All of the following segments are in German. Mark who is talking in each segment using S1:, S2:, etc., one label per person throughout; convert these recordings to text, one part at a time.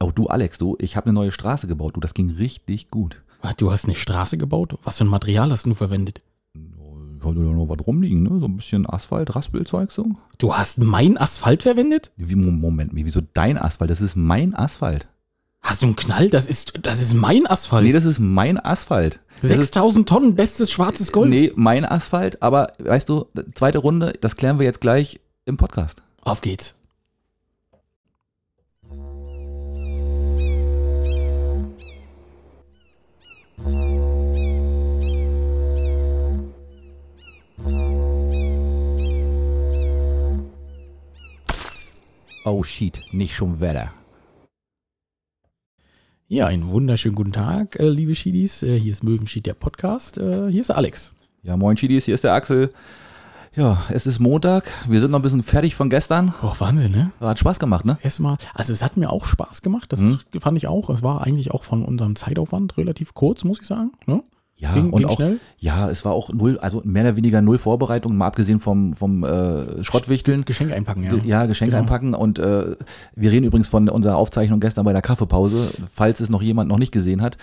S1: Oh, du Alex, du, ich habe eine neue Straße gebaut. Du, das ging richtig gut.
S2: Ah, Du hast eine Straße gebaut? Was für ein Material hast du verwendet?
S1: Ich hatte da noch was rumliegen, ne? So ein bisschen Asphalt, Raspelzeug so.
S2: Du hast mein Asphalt verwendet?
S1: Wie, Moment, wie- wieso dein Asphalt? Das ist mein Asphalt.
S2: Hast du einen Knall? Das ist, das ist mein Asphalt.
S1: Nee, das ist mein Asphalt. Das ist,
S2: 6000 Tonnen bestes schwarzes Gold.
S1: nee, mein Asphalt, aber weißt du, zweite Runde, das klären wir jetzt gleich im Podcast.
S2: Auf geht's.
S1: Oh shit, nicht schon Wetter.
S2: Ja, einen wunderschönen guten Tag, äh, liebe Schiedis. Äh, hier ist Möwenschied, der Podcast. Äh, hier ist Alex.
S1: Ja, moin Chidis, hier ist der Axel. Ja, es ist Montag, wir sind noch ein bisschen fertig von gestern.
S2: Oh, Wahnsinn, ne?
S1: Hat Spaß gemacht, ne?
S2: Erstmal, also es hat mir auch Spaß gemacht, das
S1: Mhm.
S2: fand ich auch. Es war eigentlich auch von unserem Zeitaufwand relativ kurz, muss ich sagen. Ne?
S1: Ja,
S2: Ging-
S1: und
S2: ging
S1: auch,
S2: schnell?
S1: ja, es war auch null, also mehr oder weniger null Vorbereitung, mal abgesehen vom, vom äh, Schrottwichteln.
S2: Geschenk einpacken, ja.
S1: Ge- Ja, Geschenke
S2: Genau.
S1: einpacken und äh, wir reden übrigens von unserer Aufzeichnung gestern bei der Kaffeepause, falls es noch jemand noch nicht gesehen hat.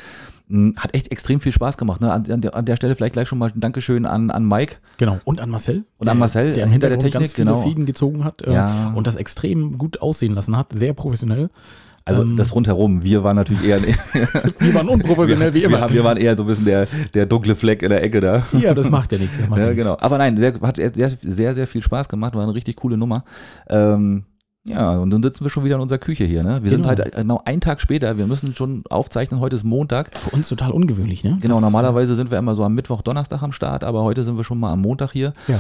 S1: Hm, Hat echt extrem viel Spaß gemacht. Ne? An, an, der, an der Stelle vielleicht gleich schon mal ein Dankeschön an, an Mike.
S2: Genau. Und an Marcel.
S1: Und an
S2: der-
S1: Marcel,
S2: der im
S1: hinter der
S2: Hintergrund ganz
S1: Technik,
S2: viele
S1: genau.
S2: Fäden gezogen hat äh,
S1: Ja.
S2: und das extrem gut aussehen lassen hat. Sehr professionell.
S1: Also
S2: Ähm.
S1: das rundherum. Wir waren natürlich eher,
S2: Wir waren unprofessionell wie
S1: wir,
S2: immer.
S1: haben- wir waren eher so ein bisschen der, der dunkle Fleck in der Ecke da.
S2: ja, das macht ja nichts. das macht
S1: Ja,
S2: nichts.
S1: genau. Aber nein, sehr, hat sehr, sehr, sehr viel Spaß gemacht. War eine richtig coole Nummer. Ähm, ja, und dann sitzen wir schon wieder in unserer Küche hier. Ne? Wir sind
S2: Genau.
S1: halt genau einen Tag später. Wir müssen schon aufzeichnen. Heute ist Montag.
S2: Für uns total ungewöhnlich, ne?
S1: Genau,
S2: Das-
S1: normalerweise sind wir immer so am Mittwoch, Donnerstag am Start, aber heute sind wir schon mal am Montag hier.
S2: Ja.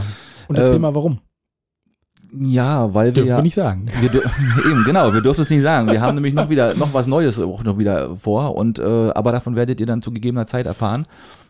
S2: Und erzähl
S1: Ähm,
S2: mal, warum.
S1: Ja, weil wir
S2: Dürfen
S1: ja.
S2: wir nicht sagen.
S1: wir dür- eben, genau, wir dürfen es nicht sagen. Wir haben nämlich noch wieder noch was Neues auch noch wieder vor und äh, aber davon werdet ihr dann zu gegebener Zeit erfahren.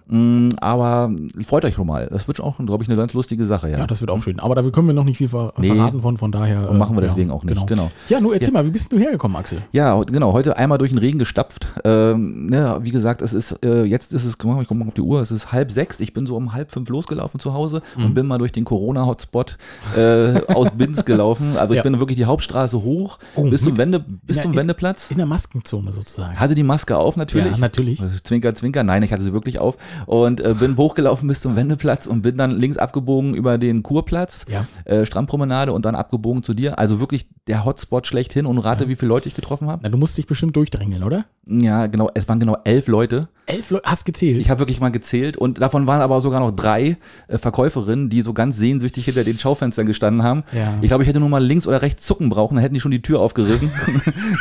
S1: Mm, aber freut euch schon mal. Das wird auch, glaube ich, eine ganz lustige Sache, ja.
S2: Ja, das wird auch schön. Aber da können wir noch nicht viel ver
S1: Nee.
S2: verraten von, von daher. äh,
S1: Und machen wir deswegen auch nicht, genau.
S2: Ja, nur erzähl mal, wie bist denn du hergekommen, Axel?
S1: Ja, heute- genau, heute einmal durch den Regen gestapft. Ähm, ne, wie gesagt, es ist, äh, jetzt ist es, guck mal, ich komme auf die Uhr, es ist halb sechs. Ich bin so um halb fünf losgelaufen zu Hause
S2: Mhm.
S1: und bin mal durch den Corona-Hotspot äh, aus Binz gelaufen. Also ich
S2: Ja.
S1: bin wirklich die Hauptstraße hoch
S2: Oh,
S1: bis, zum,
S2: mit-
S1: Wende, bis
S2: Ja,
S1: zum
S2: ich-
S1: Wendeplatz.
S2: In der Maskenzone sozusagen.
S1: Hatte die Maske auf natürlich.
S2: Ja, natürlich.
S1: Äh, Zwinker, Zwinker. Nein, ich hatte sie wirklich auf. Und äh, bin hochgelaufen bis zum Wendeplatz und bin dann links abgebogen über den Kurplatz,
S2: Ja.
S1: äh, Strandpromenade und dann abgebogen zu dir. Also wirklich der Hotspot schlechthin und rate, wie viele Leute ich getroffen habe.
S2: Na, du musst dich bestimmt durchdrängeln, oder?
S1: Ja, genau. Es waren genau elf Leute.
S2: Elf Leute, hast gezählt.
S1: Ich habe wirklich mal gezählt und davon waren aber sogar noch drei äh, Verkäuferinnen, die so ganz sehnsüchtig hinter den Schaufenstern gestanden haben.
S2: Ja.
S1: Ich glaube, ich hätte nur mal links oder rechts zucken brauchen, dann hätten die schon die Tür aufgerissen.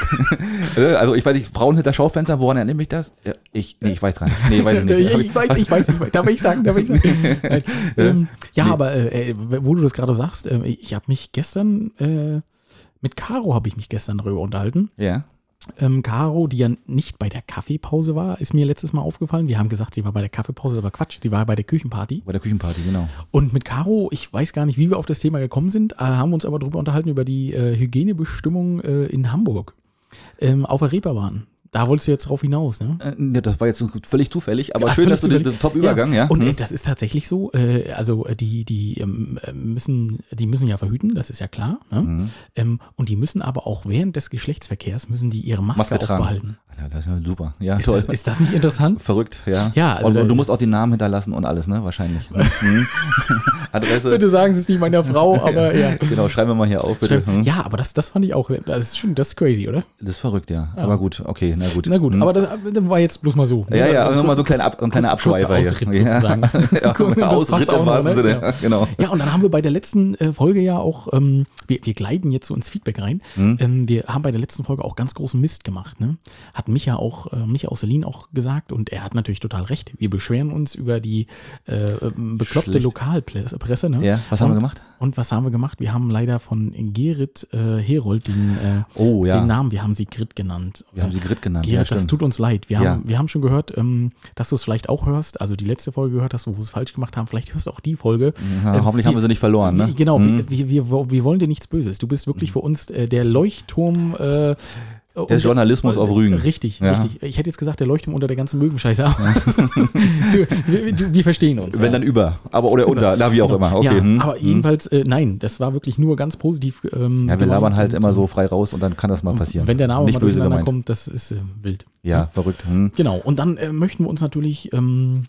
S1: Äh, also ich weiß nicht, Frauen hinter Schaufenstern, woran erinnere mich das? Ja, ich, nee, ich weiß gar nicht. Nee, weiß ich
S2: Ja,
S1: nicht.
S2: ja,
S1: Hab
S2: Äh, ich weiß, ich weiß, ich weiß. Darf ich sagen, darf ich sagen. Nein. ähm, ja, aber äh, äh, wo du das gerade sagst, äh, ich habe mich gestern, äh, mit Caro habe ich mich gestern darüber unterhalten.
S1: ja.
S2: Ähm, Caro, die ja nicht bei der Kaffeepause war, ist mir letztes Mal aufgefallen. Wir haben gesagt, sie war bei der Kaffeepause, aber Quatsch, sie war bei der Küchenparty.
S1: Bei der Küchenparty, genau.
S2: Und mit Caro, ich weiß gar nicht, wie wir auf das Thema gekommen sind, äh, haben uns aber darüber unterhalten, über die äh, Hygienebestimmung äh, in Hamburg ähm, auf der Reeperbahn. Da wolltest du jetzt drauf hinaus, ne?
S1: Äh, ja, das war jetzt völlig zufällig, aber
S2: Ach,
S1: schön,
S2: völlig
S1: dass du den,
S2: zufällig.
S1: den Top-Übergang, ja.
S2: Und äh,
S1: Hm.
S2: das ist tatsächlich so. Äh, also äh, die, die ähm, äh, müssen, die müssen ja verhüten, das ist ja klar. Ne?
S1: Mhm.
S2: Ähm, und die müssen aber auch während des Geschlechtsverkehrs müssen die ihre Maske,
S1: Maske tragen.
S2: aufbehalten.
S1: Ja, das ist ja super. Ja,
S2: Ist
S1: toll.
S2: das, ist das nicht interessant?
S1: Verrückt, ja.
S2: Ja, also-
S1: und, und du musst auch den Namen hinterlassen und alles, ne? Wahrscheinlich. Hm. Adresse.
S2: Bitte sagen Sie es nicht meiner Frau, aber ja.
S1: Genau, schreiben wir mal hier auf, bitte.
S2: Schreib-
S1: Hm.
S2: Ja, aber das, das fand ich auch. sehr- Das ist schon, das ist crazy, oder?
S1: Das ist verrückt, ja. Aber gut, okay, na gut.
S2: Na gut,
S1: Hm.
S2: aber das, das war jetzt bloß mal so. ne?
S1: ja, ja,
S2: Kurz-
S1: nochmal so ein kleiner, Ab, ein kleiner
S2: kurzer
S1: Abschweifer
S2: Ausritt
S1: hier.
S2: sozusagen.
S1: Ja,
S2: Kurz-
S1: ja
S2: das passt
S1: Ausritt
S2: auch
S1: im
S2: noch,
S1: wahrsten
S2: ne?
S1: Sinne.
S2: Ja.
S1: Genau.
S2: Ja, und dann haben wir bei der letzten äh, Folge ja auch, ähm, wir, wir gleiten jetzt so ins Feedback rein.
S1: Hm.
S2: Ähm, wir haben bei der letzten Folge auch ganz großen Mist gemacht. Ne? Hat Micha auch, äh, Micha aus Selin auch gesagt und er hat natürlich total recht. Wir beschweren uns über die äh, ähm, bekloppte
S1: Schlecht.
S2: Lokalpresse. Presse, Ne?
S1: Ja, was haben wir
S2: und,
S1: gemacht?
S2: Und was haben wir gemacht? Wir haben leider von Gerrit äh, Herold den, äh,
S1: Oh, ja.
S2: den Namen, wir haben sie Grit genannt.
S1: Wir haben sie Grit genannt.
S2: Gerrit, das
S1: stimmt.
S2: tut uns leid. Wir,
S1: Ja.
S2: haben, wir haben schon gehört, ähm, dass du es vielleicht auch hörst, also die letzte Folge gehört hast, wo wir es falsch gemacht haben. Vielleicht hörst du auch die Folge.
S1: ja,
S2: Ähm,
S1: Hm, hoffentlich haben wir sie nicht verloren, ne? Mhm.
S2: wie- Genau, wir, wir, wir, wir wollen dir nichts Böses. Du bist wirklich für uns äh, der Leuchtturm äh, Und
S1: Der Journalismus auf Rügen.
S2: Richtig,
S1: Ja.
S2: richtig. Ich hätte jetzt gesagt, der Leuchtturm unter der ganzen Möwenscheiße. aber du, wir, du, wir verstehen uns. Genau.
S1: Wenn dann über, aber oder unter, na wie auch immer. Okay.
S2: ja,
S1: hm,
S2: aber
S1: hm.
S2: jedenfalls, äh, nein, das war wirklich nur ganz positiv. Ähm,
S1: ja, wir labern
S2: gemeint
S1: halt
S2: und,
S1: immer so frei raus und dann kann das mal passieren.
S2: Wenn der Name
S1: nicht böse gemeint.
S2: kommt, das ist äh, wild.
S1: Ja, verrückt. Hm.
S2: Genau, und dann äh, möchten wir uns natürlich, ähm,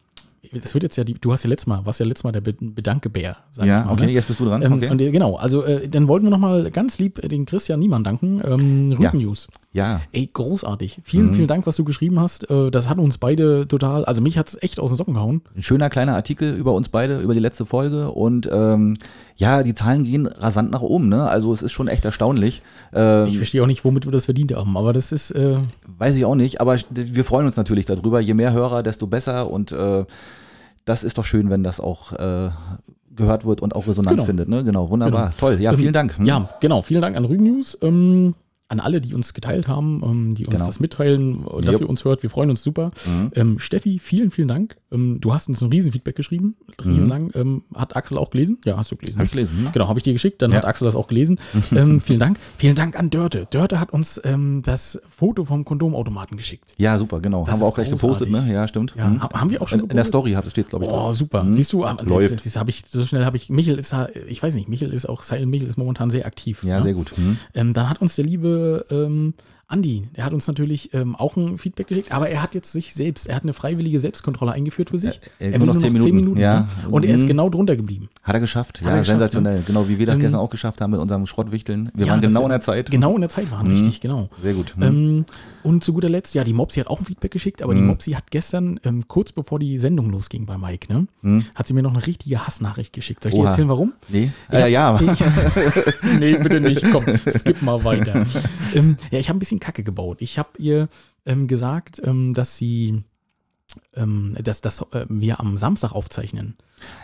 S2: das wird jetzt ja, die, du hast ja letztes Mal, warst ja letztes Mal der Be Bedankebär, sag
S1: Ja,
S2: ne?
S1: okay, jetzt bist du dran.
S2: Ähm,
S1: okay.
S2: Und, äh, genau, also äh, dann wollten wir nochmal ganz lieb äh, den Christian Niemann danken. Ähm,
S1: Ja. Mhm.
S2: Rügen-News.
S1: ja,
S2: Ey, großartig. Vielen, vielen Dank, was du geschrieben hast. Äh, das hat uns beide total, also mich hat es echt aus den Socken gehauen.
S1: ein schöner kleiner Artikel über uns beide, über die letzte Folge und ähm, ja, die Zahlen gehen rasant nach oben. Ne? Also es ist schon echt erstaunlich. Ähm,
S2: Ich verstehe auch nicht, womit wir das verdient haben, aber das ist, äh,
S1: Weiß ich auch nicht, aber wir freuen uns natürlich darüber. Je mehr Hörer, desto besser. Und äh, das ist doch schön, wenn das auch äh, gehört wird und auch Resonanz
S2: Genau. Ähm,
S1: findet. Ne? Genau, wunderbar. Toll. Ja, vielen Dank. Hm.
S2: ja, genau. Vielen Dank an Rügen News. Ähm, an alle, die uns geteilt haben, ähm, die uns
S1: Genau. Mhm.
S2: das mitteilen, äh, dass
S1: Jupp.
S2: ihr uns hört. Wir freuen uns super. Ähm, Steffi, vielen, vielen Dank. Ähm, du hast uns ein Riesenfeedback geschrieben. Riesenlang. Ähm, hat Axel auch gelesen? Ja, hast du gelesen.
S1: Mhm. Hab ich gelesen, ne?
S2: Genau, habe ich dir geschickt. Dann
S1: Ja.
S2: hat Axel das auch gelesen. ähm, vielen Dank. Vielen Dank an Dörte. Dörte hat uns ähm, das Foto vom Kondomautomaten geschickt.
S1: Ja, super, genau.
S2: Das
S1: Haben wir
S2: ist
S1: auch gleich
S2: großartig.
S1: gepostet, ne? Ja, stimmt.
S2: Ja,
S1: Hm.
S2: ha- haben wir auch schon
S1: in, in der
S2: gepostet?
S1: Story steht es, glaube ich.
S2: Oh,
S1: drauf.
S2: super.
S1: Hm.
S2: Siehst du, aber
S1: Läuft.
S2: Das, das habe ich, so schnell habe ich, Michel ist, da- ich weiß nicht, Michel ist auch, Silent Michel ist momentan sehr aktiv.
S1: Ja,
S2: ne?
S1: sehr gut. Hm.
S2: Ähm, dann hat uns der liebe ähm, Andi, der hat uns natürlich ähm, auch ein Feedback geschickt, aber er hat jetzt sich selbst, er hat eine freiwillige Selbstkontrolle eingeführt für sich.
S1: Äh, äh,
S2: er
S1: nur noch 10 Minuten, ja.
S2: ne? Und er ist
S1: Mhm.
S2: genau drunter geblieben.
S1: Hat er geschafft?
S2: er
S1: ja,
S2: geschafft,
S1: sensationell. Genau, wie wir das
S2: Ähm,
S1: gestern auch geschafft haben mit unserem Schrottwichteln. Wir
S2: Ja,
S1: waren
S2: das
S1: genau
S2: wär-
S1: in der Zeit. Mhm.
S2: Genau in der Zeit waren, richtig, genau.
S1: Sehr gut. Hm.
S2: Ähm, und zu guter Letzt, ja, die Mopsi hat auch ein Feedback geschickt, aber die
S1: Mhm.
S2: Mopsi hat gestern, ähm, kurz bevor die Sendung losging bei Mike, ne, hat sie mir noch eine richtige Hassnachricht geschickt. Soll ich dir
S1: Mhm. Oha.
S2: erzählen, warum?
S1: nee? Äh, ja,
S2: Ich, nee, bitte nicht. Komm, skip mal weiter. ähm, ja, ich habe ein bisschen Kacke gebaut. Ich habe ihr ähm, gesagt, ähm, dass sie, ähm, dass, dass äh, wir am Samstag aufzeichnen.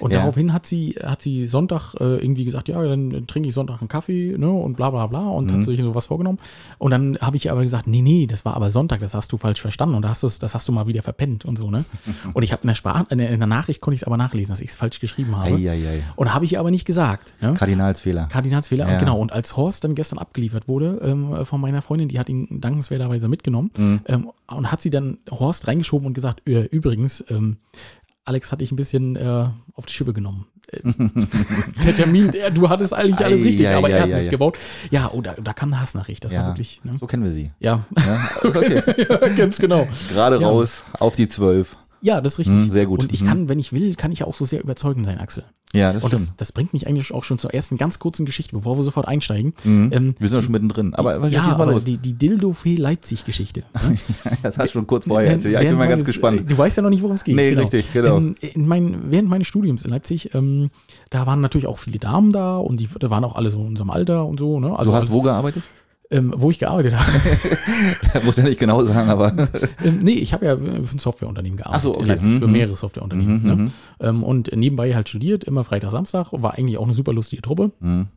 S2: Und
S1: Ja.
S2: daraufhin hat sie, hat sie Sonntag äh, irgendwie gesagt, ja, dann trinke ich Sonntag einen Kaffee ne, und bla bla bla und hat sich sowas vorgenommen. Und dann habe ich ihr aber gesagt, nee, nee, das war aber Sonntag, das hast du falsch verstanden und da hast du's- das hast du mal wieder verpennt und so. ne. Und ich habe in, der Spar- in der in der Nachricht konnte ich es aber nachlesen, dass ich es falsch geschrieben habe.
S1: Eieiei.
S2: Und habe ich ihr aber nicht gesagt. Ne?
S1: Kardinalsfehler.
S2: Kardinalsfehler,
S1: Ja.
S2: genau. Und als Horst dann gestern abgeliefert wurde ähm, von meiner Freundin, die hat ihn dankenswerterweise mitgenommen
S1: Mhm.
S2: ähm, und hat sie dann Horst reingeschoben und gesagt, "Ü- übrigens, ähm, Alex hat dich ein bisschen äh, auf die Schippe genommen. Äh, der Termin, der, du hattest eigentlich alles
S1: Ei,
S2: richtig,
S1: ei,
S2: aber
S1: ei,
S2: er hat
S1: ei,
S2: es
S1: ei.
S2: gebaut. Ja, oder da kam eine Hassnachricht, das war
S1: Ja,
S2: wirklich, ne?
S1: So kennen wir sie.
S2: ja,
S1: Ja, ist okay.
S2: ganz genau.
S1: Gerade
S2: Ja.
S1: raus auf die 12.
S2: Ja, das ist richtig.
S1: Hm, sehr gut.
S2: Und ich
S1: Hm.
S2: kann, wenn ich will, kann ich ja auch so sehr überzeugend sein, Axel.
S1: Ja, das
S2: Und
S1: stimmt.
S2: das, das bringt mich eigentlich auch schon zur ersten ganz kurzen Geschichte, bevor wir sofort einsteigen.
S1: Mhm.
S2: Ähm,
S1: wir sind ja schon mittendrin. Aber was
S2: ja,
S1: schieß mal
S2: aber
S1: los.
S2: die, die Dildo-Fee Leipzig-Geschichte.
S1: das hast du schon kurz vorher erzählt. Ja, ich bin mal ganz
S2: meines- äh,
S1: gespannt.
S2: Du weißt ja noch nicht, worum es geht.
S1: Nee, richtig, genau.
S2: In, in mein, während meines Studiums in Leipzig, ähm, da waren natürlich auch viele Damen da und die da waren auch alle so in unserem Alter und so. Ne? Also
S1: Du hast
S2: alles,
S1: wo gearbeitet?
S2: ähm, wo ich gearbeitet habe.
S1: Muss ja nicht genau sagen, aber
S2: ähm, nee, ich habe ja für ein Softwareunternehmen gearbeitet.
S1: Ach so, okay.
S2: in Leipzig,
S1: Mhm,
S2: Für
S1: mhm.
S2: mehrere Softwareunternehmen.
S1: Mhm,
S2: ne? ähm, und nebenbei halt studiert, immer Freitag, Samstag. War eigentlich auch eine super lustige Truppe.
S1: Hm.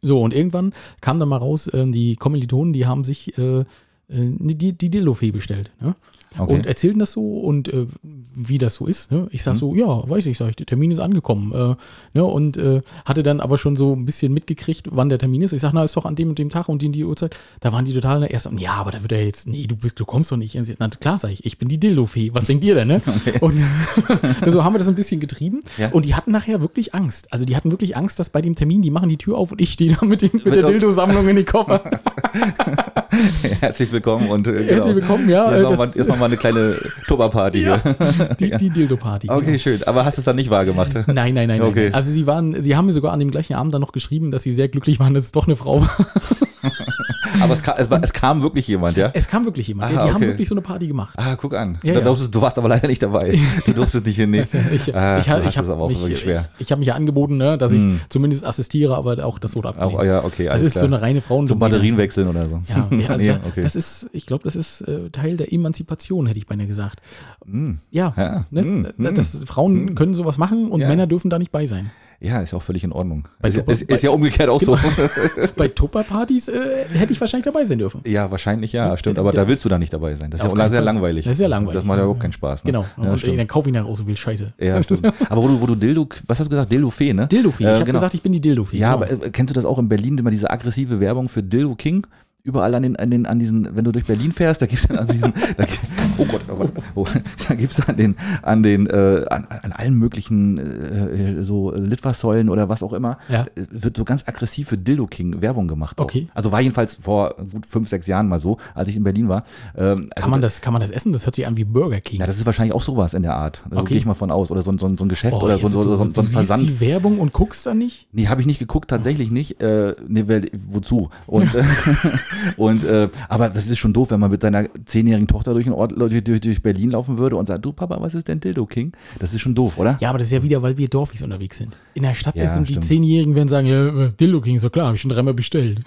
S2: So, und irgendwann kam dann mal raus, ähm, die Kommilitonen, die haben sich äh, äh, die, die Dillofee bestellt. Ne?
S1: Okay.
S2: Und erzählten das so und äh, wie das so ist. Ne? Ich sag so, ja, weiß ich, sag ich, der Termin ist angekommen. Äh, ne? Und äh, hatte dann aber schon so ein bisschen mitgekriegt, wann der Termin ist. Ich sag, na, ist doch an dem und dem Tag und die in die Uhrzeit. Da waren die total in der ersten, ja, aber da wird er jetzt, nee, du bist, du kommst doch nicht. Und sie, na klar, sag ich, ich bin die Dillofee. Was denkt ihr denn? Ne? Und so haben wir das ein bisschen getrieben.
S1: Ja.
S2: Und die hatten nachher wirklich Angst. Also die hatten wirklich Angst, dass bei dem Termin, die machen die Tür auf und ich stehe da mit, dem, mit der genau. Dildo-Sammlung in die Koffer.
S1: herzlich willkommen und äh, genau.
S2: Herzlich willkommen, ja.
S1: Jetzt
S2: äh,
S1: machen wir-
S2: das,
S1: jetzt machen wir eine kleine Tupperparty hier.
S2: die die Dildo-Party. genau.
S1: Okay, schön. Aber hast es dann nicht wahr gemacht?
S2: Nein, nein, nein,
S1: Okay.
S2: nein. Also sie waren, sie haben mir sogar an dem gleichen Abend dann noch geschrieben, dass sie sehr glücklich waren, dass es doch eine Frau war.
S1: Aber es kam, es, war, es kam wirklich jemand, ja?
S2: Es kam wirklich jemand.
S1: Aha,
S2: Ja, die haben
S1: Ah, okay.
S2: wirklich so eine Party gemacht.
S1: Ah, guck an.
S2: Ja,
S1: Da
S2: ja.
S1: durftest, du warst aber leider nicht dabei. Du durftest nicht hin. Nee.
S2: Ich,
S1: Ah,
S2: ich, ha-
S1: du
S2: ich
S1: hast es
S2: habe
S1: aber auch
S2: mich,
S1: wirklich
S2: ich,
S1: schwer. Mhm.
S2: ich hab mich ja angeboten, ne, dass ich zumindest assistiere, aber auch das wurde abgelehnt.
S1: Auch, ja, okay,
S2: das
S1: alles
S2: ist
S1: klar.
S2: so eine reine Frauen.
S1: Zum Batterien wechseln oder so.
S2: Ja, ja, also
S1: Nee,
S2: da, das ist, ich glaube, das ist äh, Teil der Emanzipation, hätte ich beinahe gesagt. Ja,
S1: Mhm. Ja,
S2: Ne?
S1: mm,
S2: Da- das, Frauen können sowas machen und
S1: Ja.
S2: Männer dürfen da nicht bei sein.
S1: Ja, ist auch völlig in Ordnung.
S2: Bei Genau.
S1: Ist,
S2: Tupper-
S1: ist, ist ja umgekehrt auch so.
S2: Bei Tupper-Partys äh, hätte ich wahrscheinlich dabei sein dürfen.
S1: Ja, wahrscheinlich ja, stimmt. Aber da willst du da nicht dabei sein. Das ist
S2: Auf
S1: ja
S2: keinen
S1: sehr
S2: Fall.
S1: langweilig.
S2: Das ist ja langweilig.
S1: Das macht ja überhaupt keinen Spaß. Ne?
S2: Genau.
S1: Ja,
S2: und äh,
S1: stimmt.
S2: dann kaufe ich nachher auch so viel Scheiße.
S1: Ja, stimmt. Aber wo du, wo du Dildo, was hast du gesagt? Dildofee, ne?
S2: Dildofee.
S1: Äh,
S2: ich habe
S1: genau.
S2: gesagt, ich bin die Dildofee.
S1: Ja, äh,
S2: genau.
S1: aber äh, kennst du das auch in Berlin, immer diese aggressive Werbung für Dildo King? überall an den, an den, an diesen, wenn du durch Berlin fährst, da gibt's dann an diesen, da, gibt- oh Gott, oh Gott, oh, da gibt's an den, an den, äh, an, an allen möglichen äh, so Litfaßsäulen oder was auch immer,
S2: Ja.
S1: äh, wird so ganz aggressiv für Dildo King Werbung gemacht. auch.
S2: Okay.
S1: Also war jedenfalls vor gut fünf, sechs Jahren mal so, als ich in Berlin war. Ähm, also
S2: Kann man das, kann man das essen? Das hört sich an wie Burger King.
S1: na, das ist wahrscheinlich auch sowas in der Art. Also
S2: Okay.
S1: gehe ich mal von aus. Oder so, ein- so, ein- so ein Geschäft oder so, ein-
S2: jetzt,
S1: so,
S2: du,
S1: so, ein- so
S2: du
S1: ein
S2: siehst
S1: Versand.
S2: die Werbung und guckst da nicht?
S1: Nee, habe ich nicht geguckt, tatsächlich nicht. Äh, nee, weil, wozu? Und, äh, und äh, aber das ist schon doof, wenn man mit seiner zehnjährigen Tochter durch, den Ort, durch, durch, durch Berlin laufen würde und sagt, du Papa, was ist denn Dildo King? Das ist schon doof, oder?
S2: Ja, aber das ist ja wieder, weil wir Dorfis unterwegs sind. In der Stadt
S1: Ja,
S2: sind die
S1: stimmt.
S2: Zehnjährigen, werden sagen, ja, äh, Dildo King, so klar, habe ich schon dreimal bestellt.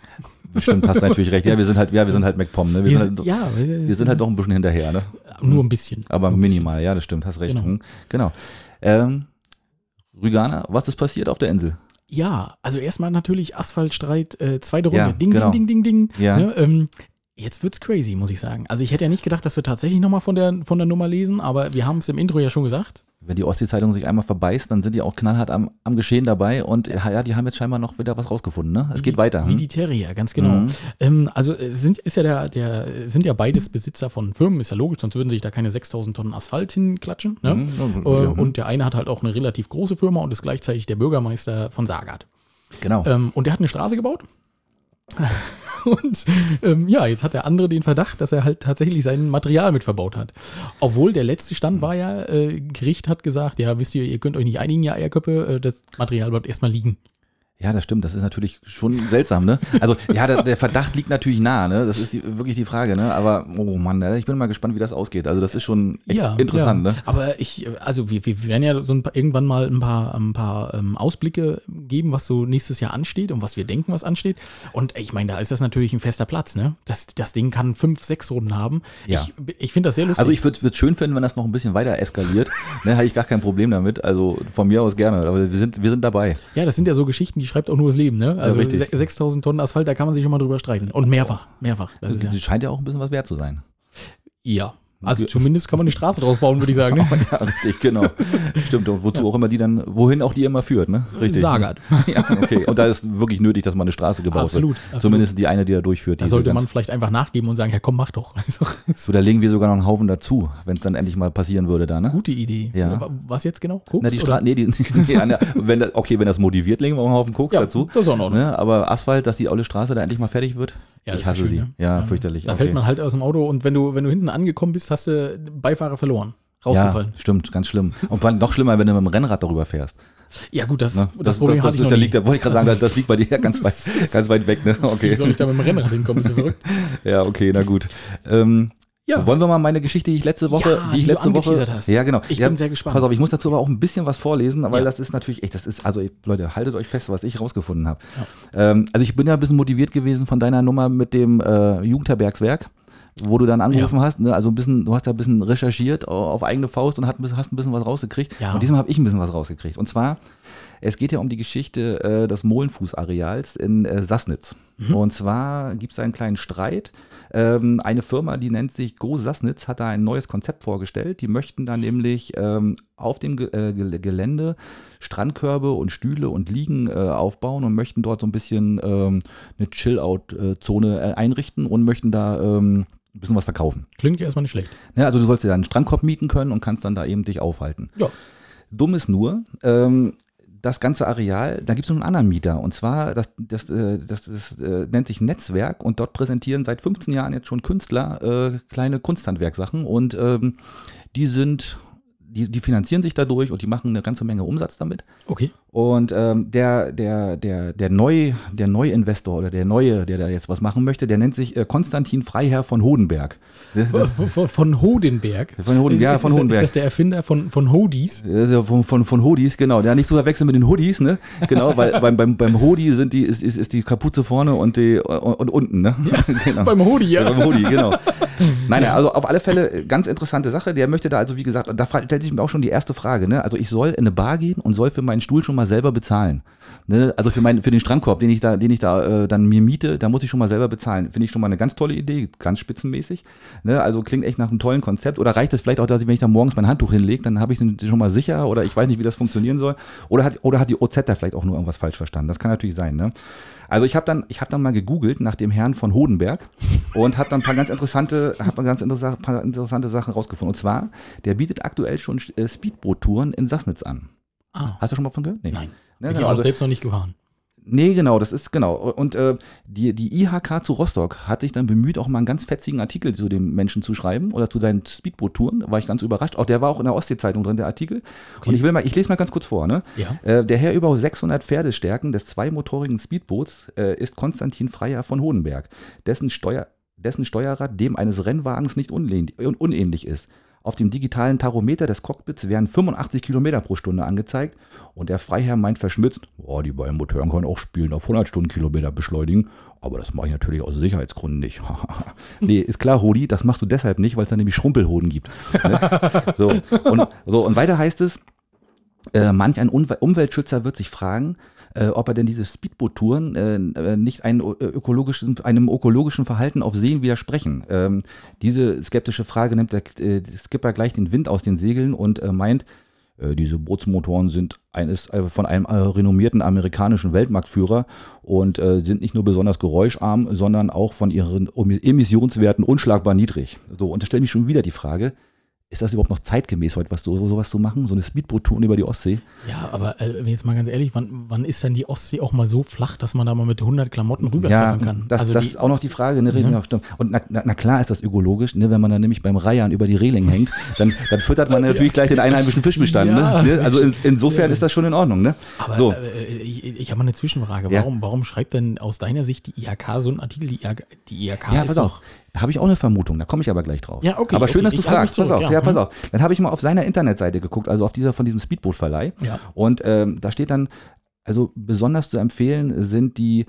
S1: Stimmt, hast natürlich recht. Ja, wir sind halt, ja, wir sind halt MacPom, ne? Wir,
S2: Wir
S1: sind,
S2: sind,
S1: halt,
S2: ja, äh,
S1: wir sind halt doch ein bisschen hinterher, ne?
S2: nur ein bisschen.
S1: Aber
S2: Nur ein bisschen.
S1: minimal, ja, das stimmt, hast recht.
S2: Genau.
S1: Hm, Genau. Ähm, Rügana, was ist passiert auf der Insel?
S2: Ja, also erstmal natürlich Asphaltstreit, äh, zweite Runde.
S1: Ja,
S2: ding,
S1: genau.
S2: ding, ding, ding, ding.
S1: Ja.
S2: Ne, ähm, jetzt wird's crazy, muss ich sagen. Also ich hätte ja nicht gedacht, dass wir tatsächlich nochmal von der, von der Nummer lesen, aber wir haben es im Intro ja schon gesagt.
S1: Wenn die Ostsee-Zeitung sich einmal verbeißt, dann sind die auch knallhart am, am Geschehen dabei und ja, die haben jetzt scheinbar noch wieder was rausgefunden, ne? Es geht
S2: Wie-
S1: weiter.
S2: Wie
S1: hm?
S2: die Terrier, ganz genau.
S1: Mhm.
S2: Ähm, also äh, sind, ist ja der, der, sind ja beides Besitzer von Firmen, ist ja logisch, sonst würden sich da keine 6000 Tonnen Asphalt hinklatschen. Ne?
S1: Mhm, ja, gut,
S2: Äh,
S1: ja, mhm.
S2: Und der eine hat halt auch eine relativ große Firma und ist gleichzeitig der Bürgermeister von Sagard.
S1: Genau.
S2: Ähm, und der hat eine Straße gebaut. Und ähm, ja, jetzt hat der andere den Verdacht, dass er halt tatsächlich sein Material mit verbaut hat. Obwohl der letzte
S1: Mhm.
S2: Stand war ja, äh, Gericht hat gesagt, ja, wisst ihr, ihr könnt euch nicht einigen, ihr Eierköpfe, äh, das Material bleibt erstmal liegen.
S1: Ja, das stimmt. Das ist natürlich schon seltsam, ne? Also, ja, der, der Verdacht liegt natürlich nah, ne? Das ist die, wirklich die Frage, ne? Aber, oh Mann, ja, ich bin mal gespannt, wie das ausgeht. Also, das ist schon echt interessant, ne?
S2: Aber ich, äh, also wir, wir werden ja so ein paar, irgendwann mal ein paar, ein paar ähm, Ausblicke geben, was so nächstes Jahr ansteht und was wir denken, was ansteht. Und äh, ich meine, da ist das natürlich ein fester Platz, ne? Das, das Ding kann fünf, sechs Runden haben.
S1: Ja.
S2: Ich, ich finde das sehr lustig.
S1: Also, ich würde es schön finden, wenn das noch ein bisschen weiter eskaliert. ne? Habe ich gar kein Problem damit. Also, von mir aus gerne. Aber wir sind, wir sind dabei.
S2: ja, das sind ja so Geschichten, die schreibt auch nur das Leben, ne? Also
S1: richtig.
S2: se- 6000 Tonnen Asphalt, da kann man sich schon mal drüber streiten. Und mehrfach, mehrfach. Das ist ja,
S1: Das Also, scheint ja auch ein bisschen was wert zu sein.
S2: ja. Also zumindest kann man eine Straße draus bauen, würde ich sagen. Ne?
S1: Ja, richtig, genau. Stimmt. Und wozu auch immer die dann, wohin auch die immer führt, ne? Richtig.
S2: Sagert.
S1: Ja, okay. Und da ist wirklich nötig, dass mal eine Straße gebaut
S2: Absolut,
S1: wird.
S2: absolut.
S1: Zumindest die eine, die da durchführt.
S2: Da
S1: die
S2: sollte
S1: ganz-
S2: man vielleicht einfach nachgeben und sagen, ja komm, mach doch. Also,
S1: So, da legen wir sogar noch einen Haufen dazu, wenn es dann endlich mal passieren würde da, ne?
S2: gute Idee.
S1: Ja.
S2: Aber Was jetzt genau? Koks
S1: Na, die
S2: oder?
S1: Straße, nee, die, die eine, wenn das, okay, wenn das motiviert, legen wir auch einen Haufen Koks
S2: Ja,
S1: dazu.
S2: das ist auch in Ordnung.
S1: Ne? Aber Asphalt, dass die olle Straße da endlich mal fertig wird,
S2: Ja, das
S1: ich
S2: wär
S1: hasse
S2: schön,
S1: sie.
S2: ne?
S1: Ja, fürchterlich.
S2: Da
S1: okay.
S2: fällt man halt aus dem Auto und wenn du, wenn du hinten angekommen bist, hast du den Beifahrer verloren.
S1: ja,
S2: Rausgefallen.
S1: stimmt, ganz schlimm. Und vor allem noch schlimmer, wenn du mit dem Rennrad darüber fährst.
S2: Ja, gut, das,
S1: Ne?
S2: das Problem
S1: das,
S2: hatte
S1: das, ist ja
S2: ich noch nie. Also,
S1: liegt, da wollte ich gerade sagen, das, das liegt bei dir ja ganz weit, ganz weit weg, ne?
S2: Wie
S1: Okay.
S2: soll ich da mit dem Rennrad hinkommen? Bist du verrückt?
S1: Ja, okay, na gut. Ähm,
S2: Ja.
S1: Wollen wir mal meine Geschichte, die ich letzte Woche,
S2: Ja,
S1: die ich
S2: die du
S1: letzte Woche,
S2: angeteasert hast.
S1: ja genau.
S2: Ich
S1: ja,
S2: bin sehr gespannt.
S1: Pass auf, ich muss dazu aber auch ein bisschen was vorlesen, weil
S2: Ja.
S1: das ist natürlich echt, das ist also Leute, haltet euch fest, was ich rausgefunden habe. Ähm, also ich bin ja ein bisschen motiviert gewesen von deiner Nummer mit dem äh, Jugendherbergswerk, wo du dann angerufen hast. Ne? Also ein bisschen, du hast da ein bisschen recherchiert au- auf eigene Faust und hat, ein bisschen- hast ein bisschen was rausgekriegt.
S2: Ja.
S1: Und diesmal habe ich ein bisschen was rausgekriegt. Und zwar es geht ja um die Geschichte äh, des Mohlenfußareals in äh, Sassnitz. Und zwar gibt es einen kleinen Streit. Ähm, eine Firma, die nennt sich Go Sassnitz, hat da ein neues Konzept vorgestellt. Die möchten da nämlich ähm, auf dem Ge äh, Gel- Gelände Strandkörbe und Stühle und Liegen äh, aufbauen und möchten dort so ein bisschen ähm, eine Chill-Out-Zone äh, einrichten und möchten da ähm, ein bisschen was verkaufen.
S2: Klingt ja erstmal nicht schlecht.
S1: Ja, also du sollst dir dann einen Strandkorb mieten können und kannst dann da eben dich aufhalten.
S2: Ja.
S1: Dumm ist nur, ähm, das ganze Areal, da gibt es noch einen anderen Mieter. Und zwar, das, das, äh, das, das äh, nennt sich Netzwerk und dort präsentieren seit 15 Jahren jetzt schon Künstler äh, kleine Kunsthandwerksachen und ähm, die sind, die, die finanzieren sich dadurch und die machen eine ganze Menge Umsatz damit.
S2: Okay.
S1: Und ähm, der, der, der, der, Neu, der Neuinvestor oder der Neue, der da jetzt was machen möchte, der nennt sich äh, Konstantin Freiherr von Hodenberg. Der, der,
S2: Von, von Hodenberg.
S1: Von Hoden-
S2: ist,
S1: ja,
S2: ist,
S1: von
S2: ist,
S1: Hodenberg.
S2: Ist das der Erfinder von, von Hodis?
S1: Das ist ja von, von, von Hoodies, genau. Ja, nicht zu verwechseln mit den Hoodies, ne? Genau, weil beim, beim, beim Hoodie sind die, ist, ist, ist die Kapuze vorne und die und, und unten, ne? genau.
S2: Beim Hodi, ja.
S1: Beim Hoodie, genau. Nein, nein, also auf alle Fälle äh, ganz interessante Sache. Der möchte da also, wie gesagt, und da fra- stellt sich mir auch schon die erste Frage, ne? Also ich soll in eine Bar gehen und soll für meinen Stuhl schon mal selber bezahlen. Ne? Also für, mein, für den Strandkorb, den ich da, den ich da äh, dann mir miete, da muss ich schon mal selber bezahlen. Finde ich schon mal eine ganz tolle Idee, ganz spitzenmäßig. Ne? Also klingt echt nach einem tollen Konzept. Oder reicht es vielleicht auch, dass ich, wenn ich da morgens mein Handtuch hinlege, dann habe ich den schon mal sicher oder ich weiß nicht, wie das funktionieren soll. Oder hat, oder hat die OZ da vielleicht auch nur irgendwas falsch verstanden? Das kann natürlich sein. Ne? Also ich habe dann, ich hab dann mal gegoogelt nach dem Herrn von Hodenberg und habe dann ein paar ganz interessante, hab dann ganz interessa paar interessante Sachen rausgefunden. Und zwar, der bietet aktuell schon äh, Speedboot-Touren in Sassnitz an.
S2: Ah,
S1: Hast du schon mal von gehört? Nee.
S2: nein.
S1: Ne,
S2: Bin ich
S1: genau,
S2: auch
S1: also-
S2: selbst noch nicht gefahren.
S1: Nee, genau, das ist genau. Und äh, die, die IHK zu Rostock hat sich dann bemüht, auch mal einen ganz fetzigen Artikel zu dem Menschen zu schreiben oder zu seinen Speedboot-Touren. Da War ich ganz überrascht. Auch der war auch in der Ostsee-Zeitung drin, der Artikel. Und ich will mal, ich lese mal ganz kurz vor. Ne?
S2: Ja.
S1: Äh, der Herr über 600 Pferdestärken des zweimotorigen Speedboots äh, ist Konstantin Freier von Hohenberg, dessen, Steuer, dessen Steuerrad dem eines Rennwagens nicht unlehn- un- unähnlich ist. Auf dem digitalen Tachometer des Cockpits werden 85 Kilometer pro Stunde angezeigt und der Freiherr meint verschmitzt, oh, die beiden Motoren können auch spielen auf 100 Stundenkilometer beschleunigen, aber das mache ich natürlich aus Sicherheitsgründen nicht. nee, ist klar, Hodi, das machst du deshalb nicht, weil es da nämlich Schrumpelhoden gibt. Ne? so, und, so, und weiter heißt es, äh, manch ein Unwe Umweltschützer wird sich fragen, äh, ob er denn diese Speedboot-Touren äh, äh, nicht einen, ö- ökologischen, einem ökologischen Verhalten auf Seen widersprechen. Ähm, diese skeptische Frage nimmt der äh, Skipper gleich den Wind aus den Segeln und äh, meint, äh, diese Bootsmotoren sind eines, äh, von einem äh, renommierten amerikanischen Weltmarktführer und äh, sind nicht nur besonders geräuscharm, sondern auch von ihren Um- Emissionswerten unschlagbar niedrig. So, und da stelle ich mich schon wieder die Frage, ist das überhaupt noch zeitgemäß heute, was, so, so- sowas zu machen? So eine Speedboot-Tour über die Ostsee?
S2: Ja, aber äh, jetzt mal ganz ehrlich, wann, wann ist denn die Ostsee auch mal so flach, dass man da mal mit 100 Klamotten
S1: Ja,
S2: rüberfahren kann?
S1: das, das
S2: Also die, Mhm.
S1: ist auch noch die Frage. Ne? Reling, ja, stimmt. Und na, na, na klar ist das ökologisch, ne? wenn man dann nämlich beim Reiern über die Reling hängt, dann, dann füttert man natürlich gleich den einheimischen Fischbestand.
S2: Ja,
S1: ne? ne? Also in, insofern
S2: sicher.
S1: ist das schon in Ordnung. Ne?
S2: aber
S1: so.
S2: äh, ich, ich habe mal eine Zwischenfrage.
S1: Ja.
S2: Warum, warum schreibt denn aus deiner Sicht die IHK so einen Artikel? Die IHK, die IHK
S1: Ja,
S2: ist
S1: pass auf.
S2: doch.
S1: Da habe ich auch eine Vermutung, da komme ich aber gleich drauf.
S2: Ja, okay,
S1: Aber schön,
S2: okay,
S1: dass du
S2: ich halte mich
S1: fragst. Pass
S2: zurück,
S1: auf, ja,
S2: ja.
S1: pass
S2: Mhm.
S1: auf. Dann habe ich mal auf seiner Internetseite geguckt, also auf dieser von diesem Speedbootverleih.
S2: Ja.
S1: Und ähm, da steht dann, also besonders zu empfehlen sind die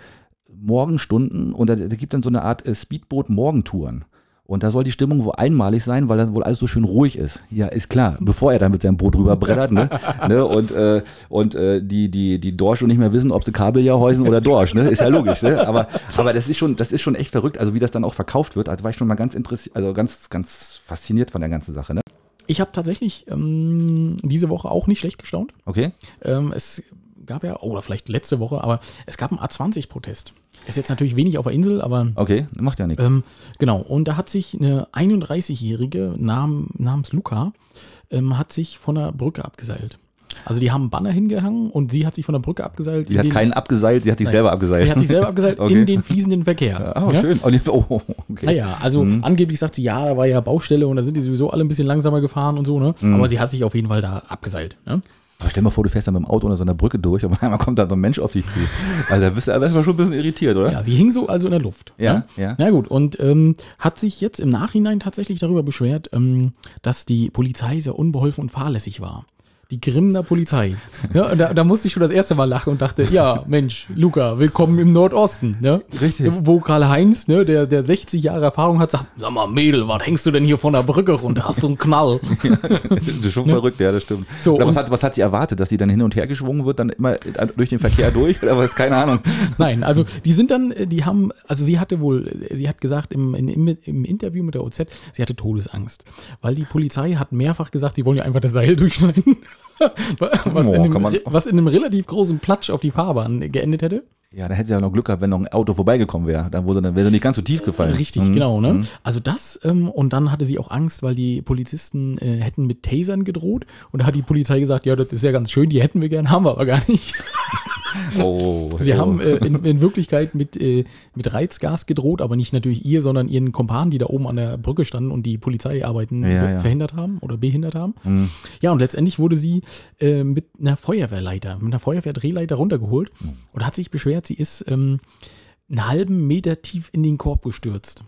S1: Morgenstunden und da, da gibt dann so eine Art äh, Speedboot-Morgentouren. Und da soll die Stimmung wohl einmalig sein, weil dann wohl alles so schön ruhig ist. Ja, ist klar, bevor er dann mit seinem Boot rüberbrettert, ne? ne? Und, äh, und äh, die, die, die Dorsche nicht mehr wissen, ob sie Kabeljau häusen oder Dorsch, ne? Ist ja logisch, ne? Aber, aber das ist schon, das ist schon echt verrückt, also wie das dann auch verkauft wird. Also war ich schon mal ganz interessiert, also ganz, ganz fasziniert von der ganzen Sache, ne?
S2: Ich habe tatsächlich ähm, diese Woche auch nicht schlecht gestaunt.
S1: Okay?
S2: Ähm, es gab ja, oder vielleicht letzte Woche, aber es gab einen A20-Protest. Ist jetzt natürlich wenig auf der Insel, aber
S1: Okay, macht ja nichts.
S2: ähm, genau. Und da hat sich eine 31-Jährige nam, namens Luca ähm, hat sich von der Brücke abgeseilt. Also die haben einen Banner hingehangen und sie hat sich von der Brücke abgeseilt.
S1: Sie hat
S2: in den-
S1: keinen abgeseilt, sie hat sich
S2: Nein.
S1: selber abgeseilt.
S2: sie hat sich selber abgeseilt
S1: Okay.
S2: in den fließenden Verkehr.
S1: Ah,
S2: Ja?
S1: schön. Oh, nee, oh, okay.
S2: Naja, also
S1: Hm.
S2: angeblich sagt sie, ja, da war ja Baustelle und da sind die sowieso alle ein bisschen langsamer gefahren und so, ne?
S1: Hm.
S2: Aber sie hat sich auf jeden Fall da abgeseilt. Ne?
S1: Aber stell dir mal vor, du fährst dann mit dem Auto unter so einer Brücke durch und auf einmal kommt da so ein Mensch auf dich zu. Also da bist du aber erstmal schon ein bisschen irritiert, oder?
S2: Ja, sie hing so also in der Luft.
S1: Ja,
S2: ne?
S1: ja.
S2: Na gut, und ähm, hat sich jetzt im Nachhinein tatsächlich darüber beschwert, ähm, dass die Polizei sehr unbeholfen und fahrlässig war. Die Grimner Polizei. Ja, und da, da musste ich schon das erste Mal lachen und dachte, ja, Mensch, Luca, willkommen im Nordosten. Ne?
S1: Richtig.
S2: Wo Karl-Heinz, ne, der, der 60 Jahre Erfahrung hat, sagt, sag mal, Mädel, was hängst du denn hier von der Brücke runter? Hast du einen Knall?
S1: Das ist schon verrückt, ja, das stimmt.
S2: Ne? So,
S1: oder was
S2: und-
S1: hat, was hat sie erwartet, dass sie dann hin und her geschwungen wird, dann immer durch den Verkehr durch? Oder was? Keine Ahnung.
S2: Nein, also die sind dann, äh, die haben, also sie hatte wohl, äh, sie hat gesagt im, in, im, im Interview mit der OZ, sie hatte Todesangst, weil die Polizei hat mehrfach gesagt, sie wollen ja einfach das Seil durchschneiden. Was,
S1: Oh,
S2: in
S1: kann
S2: einem,
S1: man-
S2: re- was in einem relativ großen Platsch auf die Fahrbahn geendet hätte.
S1: Ja, da hätte sie ja noch Glück gehabt, wenn noch ein Auto vorbeigekommen wäre. Dann wurde dann wäre sie nicht ganz so tief gefallen.
S2: Richtig,
S1: Mhm.
S2: genau. Ne? Also das ähm, und dann hatte sie auch Angst, weil die Polizisten äh, hätten mit Tasern gedroht und da hat die Polizei gesagt, ja, das ist ja ganz schön, die hätten wir gern, haben wir aber gar nicht.
S1: Oh,
S2: Sie
S1: oh.
S2: haben äh, in, in Wirklichkeit mit, äh, mit Reizgas gedroht, aber nicht natürlich ihr, sondern ihren Kompanen, die da oben an der Brücke standen und die Polizeiarbeiten
S1: Ja,
S2: be-
S1: ja. Mhm.
S2: verhindert haben oder behindert haben. Ja, und letztendlich wurde sie äh, mit einer Feuerwehrleiter, mit einer Feuerwehrdrehleiter runtergeholt
S1: Mhm.
S2: und hat sich beschwert, sie ist ähm, einen halben Meter tief in den Korb gestürzt.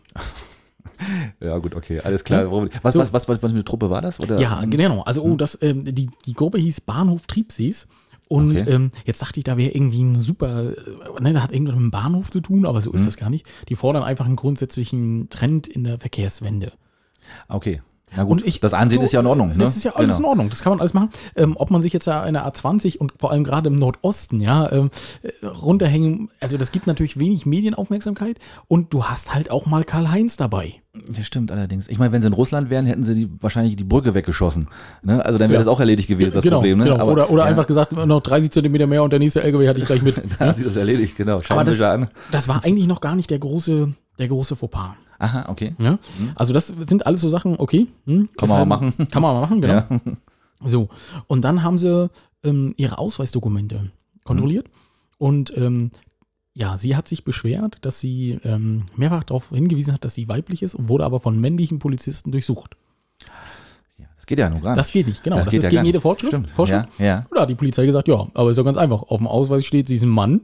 S1: Ja, gut, okay, alles klar. Was, was, was, was, was für eine Truppe war das? Oder?
S2: Ja, genau. Also,
S1: Mhm.
S2: oh, das, ähm, die, die Gruppe hieß Bahnhof Triebsees. Und
S1: Okay.
S2: ähm, jetzt dachte ich, da wäre irgendwie ein super, äh, ne, da hat irgendwas mit dem Bahnhof zu tun, aber so
S1: Mhm.
S2: ist das gar nicht. Die fordern einfach einen grundsätzlichen Trend in der Verkehrswende.
S1: Ah, Okay. Na gut,
S2: und ich,
S1: das Ansehen ist ja in Ordnung, ne?
S2: Das ist ja alles
S1: Genau.
S2: in Ordnung. Das kann man alles machen. Ähm, ob man sich jetzt da eine A20 und vor allem gerade im Nordosten, ja, ähm, äh, runterhängen, also das gibt natürlich wenig Medienaufmerksamkeit und du hast halt auch mal Karl-Heinz dabei.
S1: Das stimmt allerdings. Ich meine, wenn sie in Russland wären, hätten sie die, wahrscheinlich die Brücke weggeschossen. Ne? Also dann wäre
S2: Ja.
S1: das auch erledigt gewesen, das Problem. Ne?
S2: genau.
S1: Aber-
S2: oder oder
S1: ja,
S2: einfach gesagt, noch 30 Zentimeter mehr und der nächste LKW hatte ich gleich mit. ne?
S1: Dann hat sie das erledigt, genau. Schauen
S2: Aber
S1: wir
S2: das-
S1: sich an.
S2: Das war eigentlich noch gar nicht der große, der große Fauxpas.
S1: Aha, okay.
S2: Ja? Also das sind alles so Sachen, okay. Hm,
S1: Mhm. Kann man mal machen.
S2: Kann man mal machen, genau.
S1: Ja.
S2: So, und dann haben sie ähm, ihre Ausweisdokumente
S1: Mhm.
S2: kontrolliert. Und ähm, ja, sie hat sich beschwert, dass sie ähm, mehrfach darauf hingewiesen hat, dass sie weiblich ist und wurde aber von männlichen Polizisten durchsucht.
S1: Ja, Das geht ja nun gar nicht.
S2: Das geht nicht, genau. Das,
S1: Ah. geht
S2: ist
S1: ja gar
S2: gegen
S1: nicht.
S2: jede Vorschrift.
S1: Stimmt.
S2: Vorschrift.
S1: Ja, ja.
S2: Und da hat die Polizei gesagt, ja, aber ist ja ganz einfach. Auf dem Ausweis steht, sie ist ein Mann.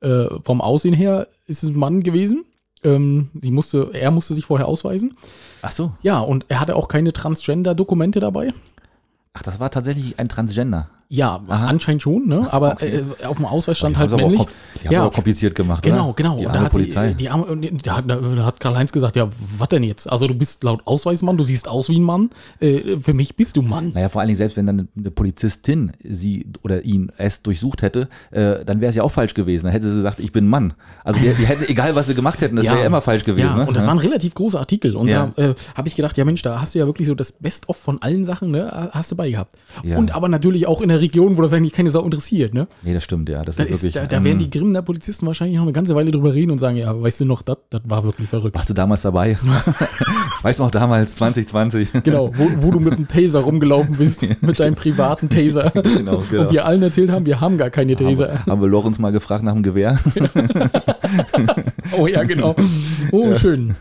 S2: Äh, vom Aussehen her ist es ein Mann gewesen. Ähm, sie musste, er musste sich vorher ausweisen.
S1: Ach so.
S2: Ja, und er hatte auch keine Transgender-Dokumente dabei.
S1: Ach, das war tatsächlich ein Transgender.
S2: Ja,
S1: Aha.
S2: anscheinend schon, ne? Aber äh, auf dem Ausweis stand halt männlich.
S1: Ich habe
S2: Ja.
S1: aber auch kompliziert gemacht.
S2: Genau,
S1: oder?
S2: genau.
S1: Die
S2: und
S1: arme
S2: da hat,
S1: Polizei.
S2: Die, die arme, und da, hat- da hat Karl-Heinz gesagt, ja, was denn jetzt? Also du bist laut Ausweismann, du siehst aus wie ein Mann. Äh, für mich bist du Mann.
S1: Naja, vor allen Dingen, selbst wenn dann eine Polizistin sie oder ihn es durchsucht hätte, äh, dann wäre es ja auch falsch gewesen. Dann hätte sie gesagt, ich bin Mann. Also die, die hätten, egal was sie gemacht hätten, das
S2: Ja.
S1: wäre ja immer falsch gewesen.
S2: Ja,
S1: ne?
S2: und das war ein relativ großer Artikel. Und
S1: Ja.
S2: da äh, habe ich gedacht, ja Mensch, da hast du ja wirklich so das Best-of von allen Sachen, ne, hast du bei gehabt.
S1: Ja.
S2: Und aber natürlich auch in der Region, wo das eigentlich keine Sau interessiert, ne?
S1: nee, das stimmt, ja. Das
S2: Da,
S1: ist wirklich, Mhm.
S2: ist, da, da werden die Grimner Polizisten wahrscheinlich noch eine ganze Weile drüber reden und sagen, ja, weißt du noch, das das war wirklich verrückt.
S1: Warst du damals dabei? weißt du noch damals, 2020?
S2: Genau, wo, wo du mit dem Taser rumgelaufen bist, mit deinem privaten Taser.
S1: Genau, genau.
S2: Und wir allen erzählt haben, wir haben gar keine Taser.
S1: Haben, haben wir Lorenz mal gefragt nach dem Gewehr?
S2: Oh ja, genau. Oh, schön.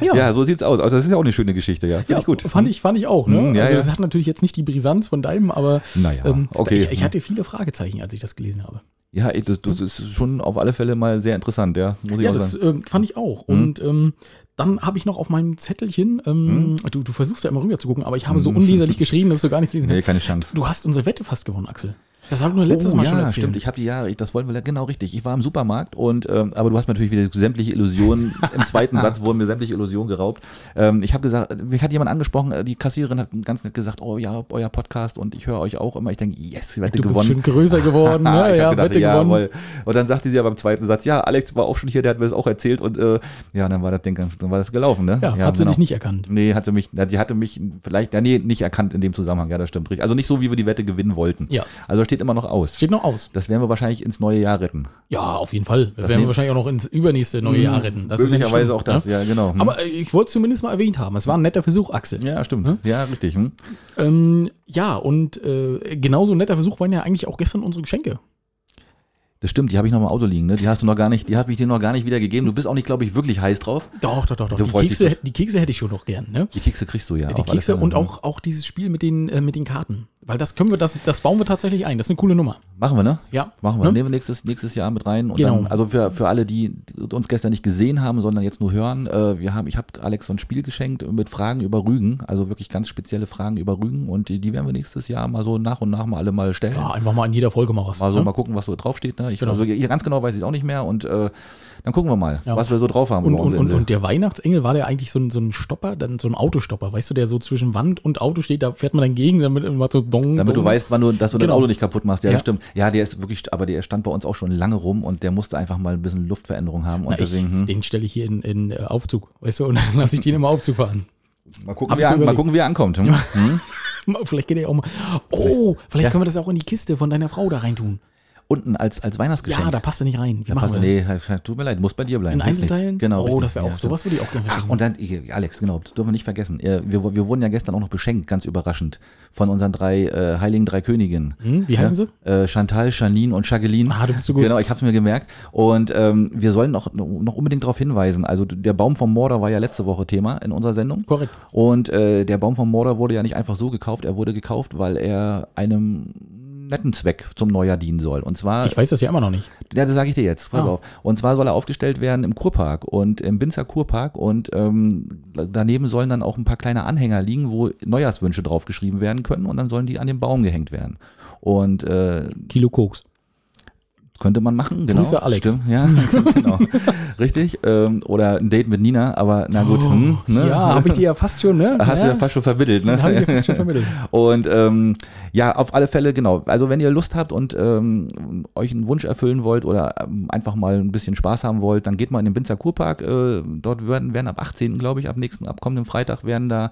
S2: Ja,
S1: Ja, so sieht's aus. Aber das ist ja auch eine schöne Geschichte, ja. Finde
S2: ja,
S1: ich gut.
S2: Fand ich, fand ich auch. Ne?
S1: Hm, ja,
S2: also
S1: ja.
S2: das hat natürlich jetzt nicht die Brisanz von deinem, aber ähm,
S1: Naja, okay. Mhm.
S2: ich, ich hatte viele Fragezeichen, als ich das gelesen habe.
S1: Ja, ey, das, das ist schon auf alle Fälle mal sehr interessant, ja. Muss ich
S2: Ja,
S1: auch
S2: das
S1: sagen.
S2: ähm, fand ich
S1: Mhm.
S2: auch. Und ähm, dann habe ich noch auf meinem Zettelchen,
S1: Mhm.
S2: ähm, du, du versuchst ja immer rüber zu gucken, aber ich habe so unleserlich geschrieben, dass du gar nichts lesen
S1: Nee,
S2: kannst.
S1: keine Chance.
S2: Du hast unsere Wette fast gewonnen, Axel. Das habe ich nur letztes
S1: Oh,
S2: Mal
S1: ja,
S2: schon erzählt.
S1: stimmt. Ich habe die ja, ich, das wollen wir genau richtig. Ich war im Supermarkt und ähm, aber du hast mir natürlich wieder sämtliche Illusionen. Im zweiten Satz wurden mir sämtliche Illusionen geraubt. Ähm, ich habe gesagt, mich hat jemand angesprochen. äh, Die Kassiererin hat ganz nett gesagt, oh ja, euer Podcast und ich höre euch auch immer. Ich denke, yes, Wette
S2: Du bist
S1: gewonnen.
S2: schon größer geworden.
S1: Ah,
S2: ne?
S1: ich
S2: Ja,
S1: hab gedacht,
S2: Wette gewonnen.
S1: jawohl. Und dann sagte sie aber im zweiten Satz, ja, Alex war auch schon hier, der hat mir das auch erzählt und äh, ja, dann war das Ding ganz, dann war das gelaufen, ne?
S2: Ja, hat sie
S1: genau.
S2: dich nicht erkannt.
S1: Nee, hatte mich, na, sie hatte mich vielleicht, ja, nee, nicht erkannt in dem Zusammenhang, ja, das stimmt richtig. Also nicht so, wie wir die Wette gewinnen wollten.
S2: Ja.
S1: Also steht immer noch aus.
S2: Steht noch aus.
S1: Das werden wir wahrscheinlich ins neue Jahr retten.
S2: Ja, auf jeden Fall. Das werden
S1: nehmen-
S2: wir wahrscheinlich auch noch ins übernächste neue Jahr retten. Das ist ja nicht
S1: Mhm. Möglicherweise
S2: schlimm,
S1: auch das,
S2: ne?
S1: ja, genau. Hm.
S2: Aber äh, ich wollte es zumindest mal erwähnt haben. Es war ein netter Versuch, Axel.
S1: ja, stimmt. Ja, richtig. Hm?
S2: Ähm, ja, und äh, genauso ein netter Versuch waren ja eigentlich auch gestern unsere Geschenke.
S1: Das stimmt, die habe ich noch im Auto liegen, ne? Die hast du noch gar nicht, die habe ich dir noch gar nicht wiedergegeben. Du bist auch nicht, glaube ich, wirklich heiß drauf.
S2: Doch, doch, doch. doch.
S1: Du
S2: Die,
S1: freust dich
S2: Kekse, die Kekse hätte ich schon noch gern. Ne?
S1: Die Kekse kriegst du ja.
S2: Die
S1: auf alle
S2: Kekse
S1: Fälle,
S2: und
S1: hm.
S2: auch, auch dieses Spiel mit den, äh, mit den Karten. Weil das können wir, das, das bauen wir tatsächlich ein. Das ist eine coole Nummer.
S1: Machen wir, ne?
S2: Ja.
S1: Machen wir.
S2: Ne?
S1: Nehmen wir nächstes, nächstes Jahr mit rein. Und
S2: Genau.
S1: dann, also für, für alle, die uns gestern nicht gesehen haben, sondern jetzt nur hören, äh, wir haben, ich habe Alex so ein Spiel geschenkt mit Fragen über Rügen, also wirklich ganz spezielle Fragen über Rügen und die, die werden wir nächstes Jahr mal so nach und nach mal alle mal stellen.
S2: Ja, einfach mal in jeder Folge mal was.
S1: Mal so
S2: ne?
S1: mal gucken, was so draufsteht. Ne? Ich,
S2: Genau.
S1: also, hier ganz genau weiß ich es auch nicht mehr und äh, dann gucken wir mal,
S2: Ja.
S1: was wir so drauf haben
S2: Und,
S1: über
S2: und,
S1: unsere
S2: und,
S1: Insel.
S2: und der Weihnachtsengel war der eigentlich so ein, so ein Stopper, dann so ein Autostopper, weißt du, der so zwischen Wand und Auto steht, da fährt man dann gegen, damit immer so dong.
S1: Damit du
S2: dong.
S1: weißt, wann du, dass du
S2: Genau.
S1: dein Auto nicht kaputt machst. Ja,
S2: Ja.
S1: das stimmt. Ja, der ist wirklich, aber der stand bei uns auch schon lange rum und der musste einfach mal ein bisschen Luftveränderung haben. Und
S2: Na, ich,
S1: deswegen, hm.
S2: Den stelle ich hier in, in äh, Aufzug, weißt du, und dann lasse ich den immer Aufzug fahren.
S1: mal, gucken,
S2: hab
S1: wie
S2: ich so
S1: er, mal
S2: überlegt.
S1: gucken, wie er ankommt. Hm?
S2: vielleicht geht er auch mal. Oh, vielleicht können wir das auch in die Kiste von deiner Frau da reintun.
S1: unten als, als Weihnachtsgeschenk.
S2: Ja, da passt er nicht rein. Wie
S1: Da
S2: machen
S1: passt-
S2: wir das?
S1: nee, halt, tut mir leid, muss bei dir bleiben.
S2: In
S1: hilft nichts.
S2: Einzelteilen?
S1: Genau.
S2: Oh,
S1: richtig.
S2: das wäre auch
S1: Ja,
S2: sowas, würde ich auch gerne
S1: Ach, und dann, ich, Alex, genau, das dürfen wir nicht vergessen. Äh, Wir, wir wurden ja gestern auch noch beschenkt, ganz überraschend, von unseren drei äh, heiligen drei Königinnen.
S2: Hm, wie heißen
S1: Äh, Chantal, Janine und Jacqueline.
S2: Ah, du bist so gut.
S1: Genau, ich habe es mir gemerkt. Und ähm, wir sollen noch, noch unbedingt darauf hinweisen. Also der Baum vom Mordor war ja letzte Woche Thema in unserer Sendung.
S2: Korrekt.
S1: Und äh, der Baum vom Mordor wurde ja nicht einfach so gekauft, er wurde gekauft, weil er einem netten Zweck zum Neujahr dienen soll. Und zwar
S2: Ich weiß das ja immer noch nicht.
S1: ja, das sage ich dir jetzt. Pass
S2: Ah.
S1: auf. Und zwar soll er aufgestellt werden im Kurpark und im Binzer Kurpark und ähm, daneben sollen dann auch ein paar kleine Anhänger liegen, wo Neujahrswünsche draufgeschrieben werden können und dann sollen die an den Baum gehängt werden. Und äh,
S2: Kilo Koks.
S1: Könnte man machen, genau.
S2: Grüße, Alex.
S1: Stimmt, ja, genau. Richtig. Ähm, oder ein Date mit Nina, aber na gut. hm, ne?
S2: Oh, Ja, habe ich dir ja fast schon, ne?
S1: Hast
S2: ja.
S1: du ja fast schon vermittelt, ne?
S2: Hab ich ja fast schon vermittelt.
S1: Und ähm, ja, auf alle Fälle, genau. Also wenn ihr Lust habt und ähm, euch einen Wunsch erfüllen wollt oder ähm, einfach mal ein bisschen Spaß haben wollt, dann geht mal in den Binzer Kurpark. Äh, dort werden, werden ab 18. glaube ich, ab nächsten, ab kommenden Freitag werden da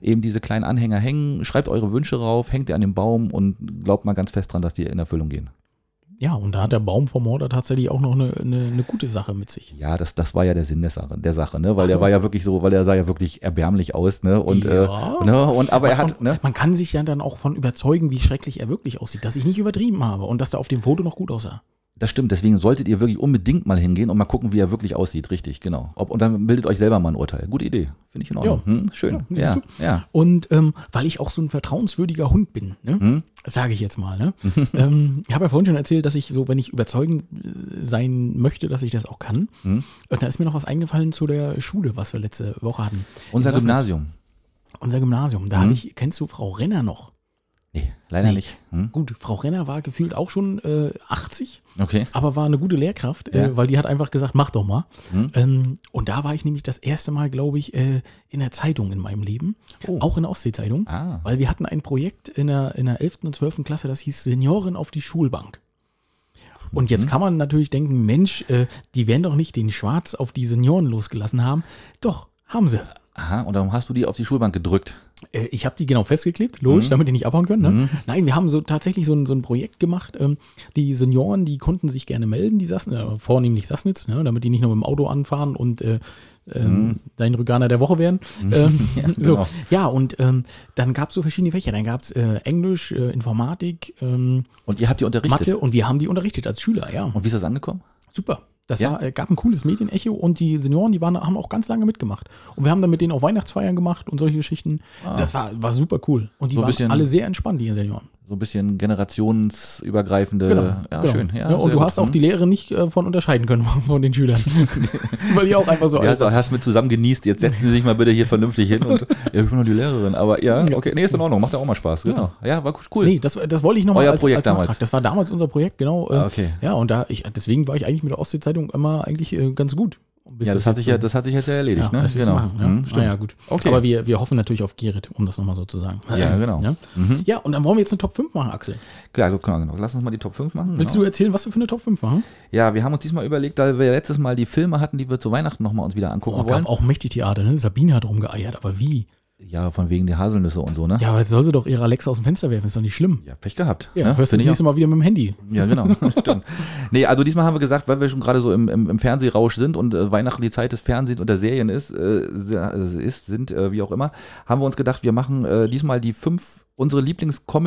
S1: eben diese kleinen Anhänger hängen. Schreibt eure Wünsche rauf, hängt ihr an den Baum und glaubt mal ganz fest dran, dass die in Erfüllung gehen.
S2: Ja, und da hat der Baum vom Mörder tatsächlich auch noch eine, eine, eine gute Sache mit sich.
S1: Ja, das, das war ja der Sinn der Sache, der Sache ne? Weil
S2: Ach so.
S1: der war ja wirklich so, weil der sah ja wirklich erbärmlich aus, ne? Und,
S2: Ja.
S1: äh, ne? und aber er
S2: Man-
S1: hat, ne?
S2: Man kann sich ja dann auch von überzeugen, wie schrecklich er wirklich aussieht, dass ich nicht übertrieben habe und dass da auf dem Foto noch gut aussah.
S1: Das stimmt, deswegen solltet ihr wirklich unbedingt mal hingehen und mal gucken, wie er wirklich aussieht. Richtig, genau. Ob, und dann bildet euch selber mal ein Urteil. Gute Idee. Finde ich in Ordnung.
S2: Ja.
S1: Hm, schön.
S2: Ja,
S1: Ja,
S2: siehst
S1: ja.
S2: Und ähm, weil ich auch so ein vertrauenswürdiger Hund bin, ne?
S1: Hm?
S2: sage ich jetzt mal. Ne? ähm, ich habe ja vorhin schon erzählt, dass ich so, wenn ich überzeugend äh, sein möchte, dass ich das auch kann.
S1: Hm?
S2: Und da ist mir noch was eingefallen zu der Schule, was wir letzte Woche hatten.
S1: Unser
S2: Wir saßen-
S1: Gymnasium.
S2: Unser Gymnasium. Da
S1: Hm.
S2: hatte ich, kennst du Frau Renner noch?
S1: Nee, leider
S2: Nee.
S1: nicht. Hm?
S2: Gut, Frau Renner war gefühlt auch schon äh, 80.
S1: Okay.
S2: aber war eine gute Lehrkraft,
S1: Ja.
S2: äh, weil die hat einfach gesagt, mach doch mal.
S1: Hm.
S2: Ähm, und da war ich nämlich das erste Mal, glaube ich, äh, in der Zeitung in meinem Leben,
S1: Oh.
S2: auch in der Ostsee-Zeitung,
S1: Ah.
S2: weil wir hatten ein Projekt in der, in der 11. und 12. Klasse, das hieß Senioren auf die Schulbank. Und jetzt kann man natürlich denken, Mensch, äh, die werden doch nicht den Schwarz auf die Senioren losgelassen haben. Doch, haben sie.
S1: Aha, und dann hast du die auf die Schulbank gedrückt.
S2: Äh, Ich habe die genau festgeklebt, logisch, damit die nicht abhauen können. Ne? Nein, wir haben so tatsächlich so ein, so ein Projekt gemacht. Ähm, die Senioren, die konnten sich gerne melden, die saßen, äh, vornehmlich Sassnitz, ne? damit die nicht nur mit dem Auto anfahren und äh, ähm, dein Rüganer der Woche werden. Ähm, so.
S1: genau.
S2: Ja, und ähm, dann gab es so verschiedene Fächer. Dann gab es äh, Englisch, äh, Informatik, ähm,
S1: Und ihr habt die unterrichtet.
S2: Mathe und wir haben die unterrichtet als Schüler, ja.
S1: Und wie ist das angekommen?
S2: Super. Das
S1: Ja.
S2: war, äh, gab ein cooles Medienecho und die Senioren, die waren, haben auch ganz lange mitgemacht. Und wir haben dann mit denen auch Weihnachtsfeiern gemacht und solche Geschichten. Das war, war super cool. Und
S1: Ah. So ein
S2: die waren
S1: bisschen-
S2: alle sehr entspannt, die Senioren.
S1: So ein bisschen generationsübergreifende. Äh, ja, schön. Ja,
S2: Genau, und
S1: sehr
S2: du
S1: gut.
S2: hast auch
S1: Hm?
S2: die Lehre nicht äh, von unterscheiden können von, von den Schülern. Weil die auch einfach so
S1: Ja,
S2: alt
S1: also hast mit zusammen genießt. Jetzt setzen Sie sich mal bitte hier vernünftig hin. Und, ja, ich bin nur die Lehrerin. Aber ja, okay, nee, ist in Ordnung. Macht ja auch mal Spaß. Genau. Ja, war cool.
S2: Nee, das, das wollte ich nochmal
S1: Euer Projekt damals.
S2: Das war damals unser Projekt, genau. äh,
S1: Ah, okay.
S2: Ja, und da ich, deswegen war ich eigentlich mit der Ostsee-Zeitung immer eigentlich äh, ganz gut. Bis
S1: Ja, das, hat
S2: jetzt
S1: sich ja,
S2: so-
S1: das hat sich jetzt ja erledigt,
S2: ja,
S1: ne?
S2: das wirst du Machen, ja.
S1: Hm,
S2: Ah,
S1: stimmt.
S2: ja, gut.
S1: Okay.
S2: Aber wir, wir hoffen natürlich auf Gerrit, um das nochmal so zu sagen. Ähm,
S1: Ja, genau.
S2: Ja? ja, und dann wollen wir jetzt eine Top 5 machen, Axel.
S1: Klar, gut, genau, genau. Lass uns mal die Top 5 machen.
S2: Willst
S1: genau.
S2: du erzählen, was wir für eine Top 5 machen?
S1: Ja, wir haben uns diesmal überlegt, da wir letztes Mal die Filme hatten, die wir zu Weihnachten nochmal uns wieder angucken
S2: Oh,
S1: wollen.
S2: gab auch mächtig Theater, ne? Sabine hat rumgeeiert, aber wie?
S1: Ja, von wegen die Haselnüsse und so, ne?
S2: Ja, aber jetzt soll sie doch ihre Alexa aus dem Fenster werfen, ist doch nicht schlimm.
S1: Ja, Pech gehabt. ne?
S2: Ja, hörst du das
S1: Finde ich
S2: nächste Mal wieder mit dem Handy.
S1: Ja, genau. Stimmt. Nee, also diesmal haben wir gesagt, weil wir schon gerade so im, im, im Fernsehrausch sind und äh, Weihnachten die Zeit des Fernsehens und der Serien ist, äh, sehr- also ist sind, äh, wie auch immer, haben wir uns gedacht, wir machen äh, diesmal die fünf unsere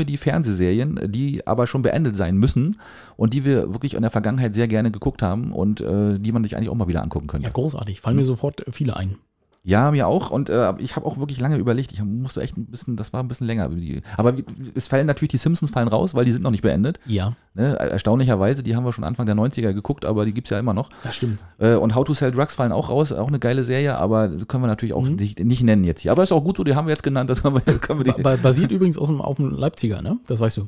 S1: Lieblings-Comedy-Fernsehserien, die aber schon beendet sein müssen und die wir wirklich in der Vergangenheit sehr gerne geguckt haben und äh, die man sich eigentlich auch mal wieder angucken könnte.
S2: Ja, großartig. Fallen mir sofort äh, viele ein.
S1: Ja, mir auch. Und äh, ich habe auch wirklich lange überlegt. Ich hab- musste echt ein bisschen, das war ein bisschen länger. Die- Aber wie- es fallen natürlich die Simpsons fallen raus, weil die sind noch nicht beendet.
S2: Ja,
S1: Ne? Er- Erstaunlicherweise, die haben wir schon Anfang der 90er geguckt, aber die gibt's ja immer noch.
S2: das stimmt.
S1: Äh, und How to Sell Drugs fallen auch raus, auch eine geile Serie, aber können wir natürlich auch
S2: Mhm.
S1: nicht, nicht nennen jetzt hier. Aber ist auch gut so, die haben wir jetzt genannt, das können wir, jetzt können wir die.
S2: Ba basiert übrigens aus dem, auf dem Leipziger, ne? Das weißt du.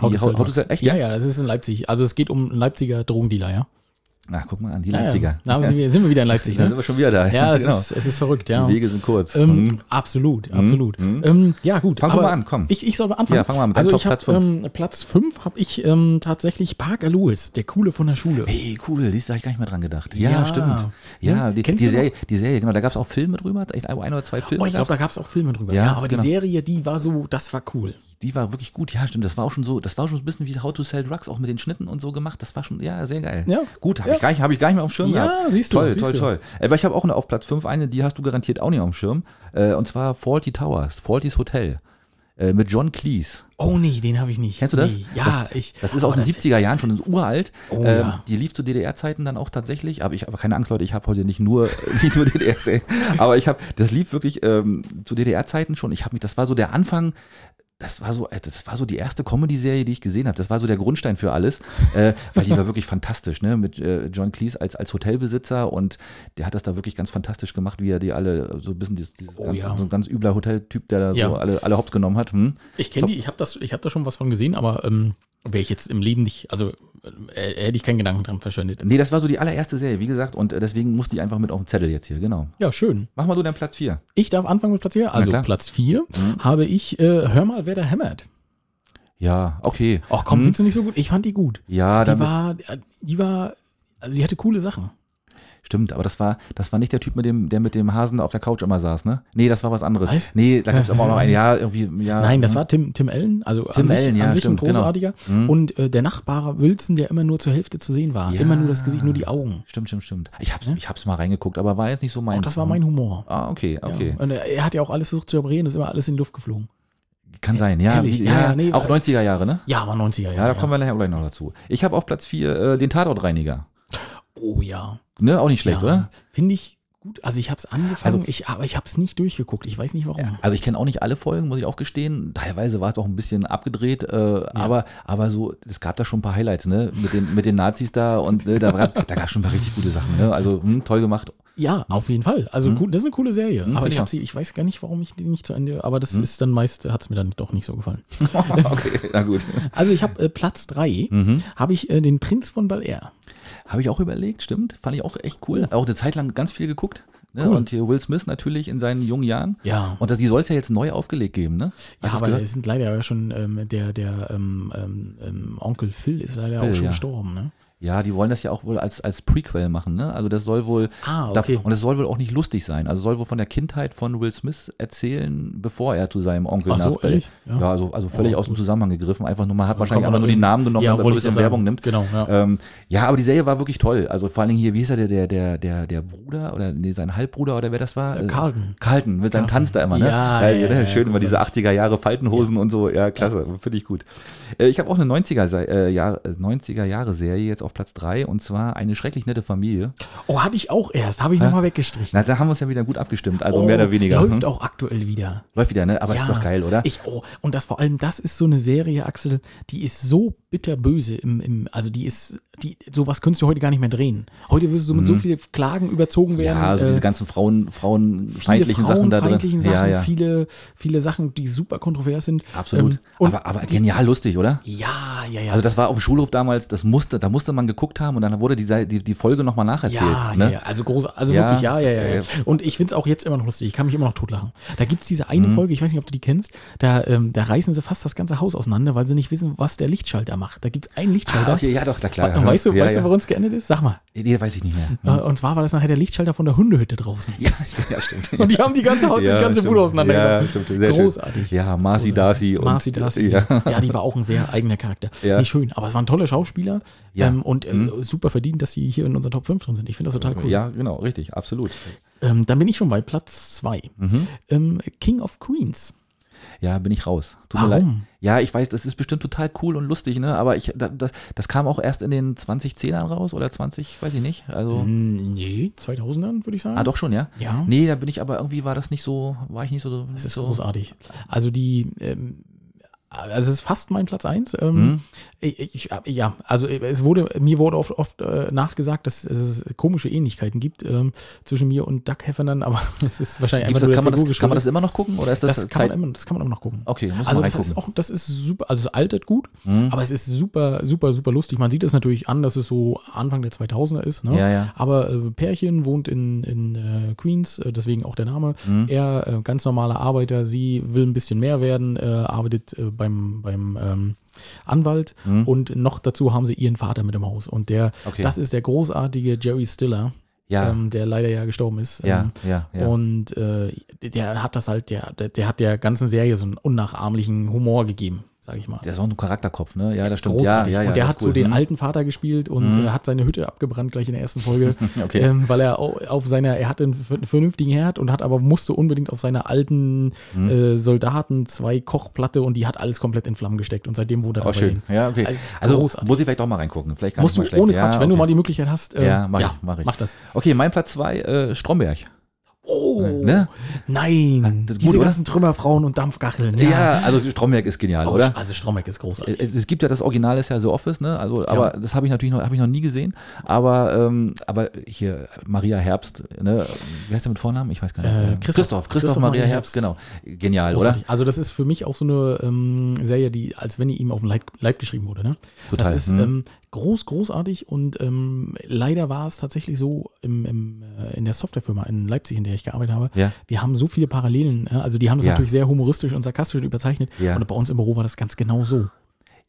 S1: How to
S2: Sell
S1: How to
S2: Drugs.
S1: Sell- echt,
S2: Ja,
S1: ja?
S2: ja, das ist in Leipzig. Also es geht um einen Leipziger Drogendealer, ja?
S1: Na, guck mal an, die
S2: Ja,
S1: Leipziger.
S2: Ja, Na, aber sind wir- sind wir wieder in Leipzig,
S1: Da sind
S2: ne?
S1: wir schon wieder da.
S2: Ja, es,
S1: Genau.
S2: ist, es ist verrückt, ja.
S1: Die Wege sind kurz.
S2: Ähm,
S1: Hm.
S2: Absolut, absolut.
S1: mhm.
S2: Ähm, ja, gut.
S1: Fang doch mal an, komm.
S2: Ich, ich soll mal anfangen.
S1: Ja, fang mal an mit
S2: also
S1: deinem
S2: ich hab,
S1: Top- Platz
S2: Ähm, Platz 5 habe ich ähm, tatsächlich Parker Lewis, der Coole von der Schule.
S1: Hey, cool, die ist da hab ich gar nicht mehr dran gedacht.
S2: Ja.
S1: Ja,
S2: Hm,
S1: die,
S2: kennst
S1: die,
S2: du noch?
S1: Serie, die Serie, genau, da gab es auch Filme drüber, echt ein oder zwei Filme.
S2: Oh, ich
S1: gab's.
S2: glaube, da gab es auch Filme drüber.
S1: Ja,
S2: aber
S1: genau.
S2: die Serie, die war so, das war cool.
S1: Die war wirklich gut, ja, stimmt. Das war auch schon so, das war schon ein bisschen wie How to Sell Drugs, auch mit den Schnitten und so gemacht. Das war schon, ja, sehr geil.
S2: Ja.
S1: Gut, habe
S2: Ja.
S1: ich, gar nicht- hab ich gar nicht mehr auf dem Schirm
S2: Ja,
S1: gehabt.
S2: siehst du,
S1: Toll,
S2: siehst
S1: toll,
S2: du.
S1: toll. Aber ich habe auch eine auf Platz 5 eine, die hast du garantiert auch nicht auf dem Schirm. Äh, und zwar Faulty Towers, Faulty's Hotel. Äh, mit John Cleese.
S2: Oh nee, den habe ich nicht.
S1: Kennst du das?
S2: Nee. Ja, ich. Oh,
S1: Das ist aus
S2: aber
S1: den 70er Jahren schon so uralt.
S2: Oh,
S1: ähm,
S2: ja.
S1: Die lief zu DDR-Zeiten dann auch tatsächlich. Aber ich aber keine Angst, Leute, ich habe heute nicht nur, nicht nur DDR. -Serien. aber ich habe, das lief wirklich ähm, zu DDR-Zeiten schon. Ich habe mich, das war so der Anfang. Das war so, äh, das war so die erste Comedy-Serie, die ich gesehen habe. Das war so der Grundstein für alles, äh, weil die war wirklich fantastisch, ne? Mit äh, John Cleese als, als Hotelbesitzer und der hat das da wirklich ganz fantastisch gemacht, wie er die alle äh, so ein bisschen dieses, dieses
S2: Oh,
S1: ganz,
S2: ja.
S1: so ein ganz übler Hoteltyp, der da
S2: Ja.
S1: so alle, alle hops genommen hat. Hm?
S2: Ich kenne die, ich habe das, ich habe da schon was von gesehen, aber ähm, Wäre ich jetzt im Leben nicht, also äh, hätte ich keinen Gedanken dran verschwendet.
S1: Nee, das war so die allererste Serie, wie gesagt, und äh, deswegen musste ich einfach mit auf den Zettel jetzt hier, genau.
S2: Ja, schön.
S1: Mach mal du deinen Platz 4.
S2: Ich darf anfangen mit Platz 4. Also
S1: klar. Mhm.
S2: Platz 4 habe ich, äh, hör mal, wer da hämmert.
S1: Ja, okay.
S2: Ach komm,
S1: Hm.
S2: findest du nicht so gut? Ich fand die gut.
S1: Ja,
S2: Die
S1: damit,
S2: war, die war, also die hatte coole Sachen.
S1: stimmt, aber das war, das war nicht der Typ, mit dem, der mit dem Hasen auf der Couch immer saß, ne? Nee, das war was anderes.
S2: Was?
S1: Nee, da gab es aber auch noch ein, ja, irgendwie, ja.
S2: Nein, das
S1: hm.
S2: war Tim, Tim Allen. Also
S1: Tim
S2: an sich,
S1: Allen, ja,
S2: an sich
S1: stimmt,
S2: ein
S1: genau.
S2: großartiger.
S1: Hm.
S2: Und äh, der Nachbar Wilson, der immer nur zur Hälfte zu sehen war.
S1: Ja.
S2: Immer nur das Gesicht, nur die Augen.
S1: Stimmt, stimmt, stimmt. Ich hab's, ich hab's mal reingeguckt, aber war jetzt nicht so meins.
S2: Und das war mein Humor.
S1: Ah, okay, okay.
S2: Ja. Und er er hat ja auch alles versucht zu reparieren, ist immer alles in die Luft geflogen.
S1: Kann sein, ja.
S2: Ehrlich, ja, ja, nee,
S1: auch
S2: weil-
S1: 90er Jahre, ne?
S2: Ja, war 90er Jahre.
S1: Ja, da kommen wir nachher auch gleich noch dazu. Ich habe auf Platz 4 äh, den Tatortreiniger.
S2: Oh ja.
S1: Ne, auch nicht schlecht,
S2: ja.
S1: oder?
S2: Finde ich gut. Also ich habe es angefangen,
S1: Also-
S2: ich, aber ich habe es nicht durchgeguckt. Ich weiß nicht warum.
S1: Also ich kenne auch nicht alle Folgen, muss ich auch gestehen. Teilweise war es auch ein bisschen abgedreht, äh, aber, aber so, es gab da schon ein paar Highlights, ne? Mit den, mit den Nazis da und ne, da, gab- da gab es schon ein paar richtig gute Sachen, ne? Also hm, toll gemacht.
S2: Ja, auf jeden Fall.
S1: Mhm.
S2: Also cool, das ist eine coole Serie.
S1: Hm,
S2: aber ich,
S1: sicher.
S2: hab sie, ich weiß gar nicht, warum ich die nicht zu Ende. Aber
S1: Mhm.
S2: das ist dann meist, hat es mir dann doch nicht so gefallen.
S1: okay, na gut.
S2: Also ich habe äh, Platz 3,
S1: Mhm.
S2: habe ich äh, den Prinz von Bel Air.
S1: Habe ich auch überlegt, stimmt. Fand ich auch echt cool. Auch eine Zeit lang ganz viel geguckt. Ne?
S2: Cool.
S1: Und hier Will Smith natürlich in seinen jungen Jahren.
S2: Ja.
S1: Und das, die soll es ja jetzt neu aufgelegt geben, ne?
S2: Ja,
S1: Hast du's
S2: aber
S1: gehört?
S2: es sind leider schon, ähm, der, der ähm, ähm, ähm, Onkel Phil ist leider
S1: Phil,
S2: auch schon
S1: ja.
S2: gestorben, ne?
S1: Ja, die wollen das ja auch wohl als, als Prequel machen, ne? Also das soll wohl.
S2: Ah,
S1: da-
S2: okay.
S1: Und es soll wohl auch nicht lustig sein. Also soll wohl von der Kindheit von Will Smith erzählen, bevor er zu seinem Onkel
S2: Ach so,
S1: nachfällt.
S2: ehrlich?
S1: Ja,
S2: Ja.
S1: also, also völlig
S2: Oh,
S1: aus dem Zusammenhang gegriffen. Einfach nur, man hat wahrscheinlich
S2: kommt
S1: einfach
S2: man
S1: nur den
S2: eben-
S1: Namen genommen,
S2: Ja,
S1: damit man
S2: wollte
S1: ein
S2: ich
S1: bisschen
S2: jetzt sagen.
S1: Werbung nimmt.
S2: Genau, ja.
S1: Ähm, ja, aber die Serie war wirklich toll. Also vor allen Dingen hier, wie hieß er der, der, der, der, der Bruder oder nee, sein Halbbruder oder wer das war?
S2: Äh, Carlton.
S1: Carlton, mit seinem Tanz da immer, ne?
S2: Ja, ja, ja,
S1: Schön immer diese 80er Jahre Faltenhosen und so. Ja, klasse, finde ich gut. Äh, Ich habe auch eine 90er, Se- äh, Jahre, 90er Jahre Serie jetzt auf Platz 3 und zwar eine schrecklich nette Familie.
S2: Oh, hatte ich auch erst, habe ich nochmal weggestrichen.
S1: Na, da haben wir uns ja wieder gut abgestimmt, also
S2: oh,
S1: mehr oder weniger.
S2: Läuft
S1: hm?
S2: auch aktuell wieder.
S1: läuft wieder, ne? Aber ist
S2: Ja.
S1: doch geil, oder?
S2: Ich, oh, und das vor allem, das ist so eine Serie, Axel, die ist so bitterböse im, im also die ist, die, sowas könntest du heute gar nicht mehr drehen. Heute würdest du mit so vielen Klagen überzogen werden.
S1: Mhm. ja, also
S2: äh,
S1: diese ganzen Frauen,
S2: viele
S1: frauenfeindlichen Sachen da drin.
S2: frauenfeindlichen Sachen,
S1: ja, ja.
S2: Viele, viele Sachen, die super kontrovers sind.
S1: Absolut.
S2: Ähm, und
S1: aber, aber genial lustig, oder?
S2: ja, ja, ja.
S1: Also das war auf dem Schulhof damals, das musste, da musste man geguckt haben und dann wurde die, Se- die, die Folge nochmal nacherzählt.
S2: Ja,
S1: ne?
S2: ja, ja, also groß, also
S1: Ja,
S2: wirklich, ja, ja, ja,
S1: ja.
S2: ja. Und ich find's auch jetzt immer noch lustig. Ich kann mich immer noch totlachen. Da gibt's diese
S1: Mhm.
S2: eine Folge, ich weiß nicht, ob du die kennst, da, ähm, da reißen sie fast das ganze Haus auseinander, weil sie nicht wissen, was der Lichtschalter macht. Da gibt's einen Lichtschalter.
S1: Ah, okay, ja, doch, na klar.
S2: Und weißt du,
S1: Ja,
S2: weißt
S1: ja. Mhm.
S2: du, woran es geendet ist? Sag mal.
S1: Nee, weiß ich nicht mehr.
S2: Äh, Und zwar war das nachher der Lichtschalter von der Hundehütte draußen.
S1: Ja, ja stimmt.
S2: Und die haben die ganze Haut,
S1: Ja,
S2: die ganze
S1: stimmt.
S2: Bude auseinander
S1: Ja, stimmt. Sehr schön.
S2: Großartig.
S1: Ja, Marcy
S2: Großartig.
S1: Darcy und-
S2: Marcy Darcy.
S1: Ja.
S2: Ja. die war auch ein sehr eigener Charakter.
S1: Ja.
S2: Ja. Nicht schön, aber es waren tolle Schauspieler
S1: Ja. Mhm.
S2: ähm, und äh, super verdient, dass sie hier in unseren Top 5 drin sind. Ich finde das total cool.
S1: Ja, genau, richtig, absolut.
S2: Ähm, dann bin ich schon bei Platz 2.
S1: Mhm.
S2: Ähm, King of Queens.
S1: Ja, bin ich raus. Tut mir
S2: Warum?
S1: leid. Ja, ich weiß, das ist bestimmt total cool und lustig, ne? Aber ich, da- das, das kam auch erst in den 2010ern raus oder 20, weiß ich nicht. Also,
S2: Hm, Nee, 2000ern würde ich sagen.
S1: ah, doch schon, ja?
S2: Ja.
S1: Nee, da bin ich aber irgendwie war das nicht so, war ich nicht so.
S2: Das ist
S1: so,
S2: großartig. Also die, ähm, also es ist fast mein Platz 1. Ähm,
S1: Mhm.
S2: ich, ich, ja, also es wurde, mir wurde oft, oft äh, nachgesagt, dass es komische Ähnlichkeiten gibt ähm, zwischen mir und Duck Heffernan, aber es ist wahrscheinlich
S1: Gibt's,
S2: nur
S1: das,
S2: der
S1: kann, man
S2: Figur
S1: das, kann man das
S2: geschuldet.
S1: immer noch gucken oder ist das,
S2: das, kann
S1: Zeit-
S2: man immer, das kann man immer noch gucken.
S1: Okay, muss man
S2: also das
S1: reingucken.
S2: ist auch, das ist super, also es altert gut, aber es ist super, super, super lustig. Man sieht es natürlich an, dass es so Anfang der 2000er ist. Ne?
S1: Ja, ja.
S2: Aber äh, Pärchen wohnt in, in äh, Queens, äh, deswegen auch der Name. Er äh, ganz normaler Arbeiter, sie will ein bisschen mehr werden, äh, arbeitet äh, beim, beim ähm, Anwalt und noch dazu haben sie ihren Vater mit im Haus und der,
S1: Okay.
S2: das ist der großartige Jerry Stiller,
S1: Ja.
S2: ähm, der leider ja gestorben ist.
S1: ja,
S2: ähm,
S1: ja, ja.
S2: und äh, der hat das halt, der, der, der hat der ganzen Serie so einen unnachahmlichen Humor gegeben, sage ich mal.
S1: der ist auch ein Charakterkopf, ne? Ja, das stimmt.
S2: Großartig.
S1: Ja, ja, ja,
S2: und der
S1: das
S2: hat
S1: ist
S2: so
S1: cool.
S2: den
S1: Hm.
S2: alten Vater gespielt und äh, hat seine Hütte abgebrannt gleich in der ersten Folge,
S1: Mhm. Okay.
S2: ähm, weil er au- auf seiner, er hatte einen vern- vernünftigen Herd und hat aber musste unbedingt auf seiner alten
S1: Mhm.
S2: äh, Soldaten zwei Kochplatte und die hat alles komplett in Flammen gesteckt und seitdem wurde er
S1: Auch
S2: dabei
S1: Oh, schön.
S2: den.
S1: Ja, okay.
S2: Also,
S1: Also
S2: großartig.
S1: muss ich vielleicht auch mal reingucken. Vielleicht gar
S2: Musst du äh,
S1: nicht mal schlecht.
S2: ohne
S1: ja,
S2: Quatsch, wenn
S1: okay.
S2: du mal die Möglichkeit hast, äh,
S1: Ja, mach ich, mach ich.
S2: mach das.
S1: Okay, mein Platz zwei, äh, Stromberg.
S2: Oh,
S1: Ne?
S2: nein.
S1: das ist
S2: Diese
S1: gut, oder?
S2: ganzen Trümmerfrauen und Dampfgacheln.
S1: Ja, also Stromberg ist genial,
S2: Autsch,
S1: oder? Äh,
S2: Also Stromberg ist großartig.
S1: Es, es gibt ja das Original ist ja The Office, ne? Also, aber das habe ich natürlich noch, habe ich noch nie gesehen. Aber, ähm, aber hier Maria Herbst, ne? Wie heißt der mit Vornamen? Ich weiß gar nicht.
S2: Äh,
S1: Ähm,
S2: Christoph.
S1: Christoph, Christoph Maria Herbst, genau. Genial,
S2: Großartig. Also das ist für mich auch so eine ähm, Serie, die, als wenn die ihm auf den Leib, Leib geschrieben wurde. Ne?
S1: Total,
S2: Das ist
S1: hm.
S2: ähm, groß, großartig und ähm, leider war es tatsächlich so im, im, äh, in der Softwarefirma in Leipzig, in der ich gearbeitet habe.
S1: Ja.
S2: Wir haben so viele Parallelen. ne? Also die haben das
S1: Ja.
S2: natürlich sehr humoristisch und sarkastisch überzeichnet.
S1: Ja.
S2: Und bei uns im Büro war das ganz genau so.
S1: oder?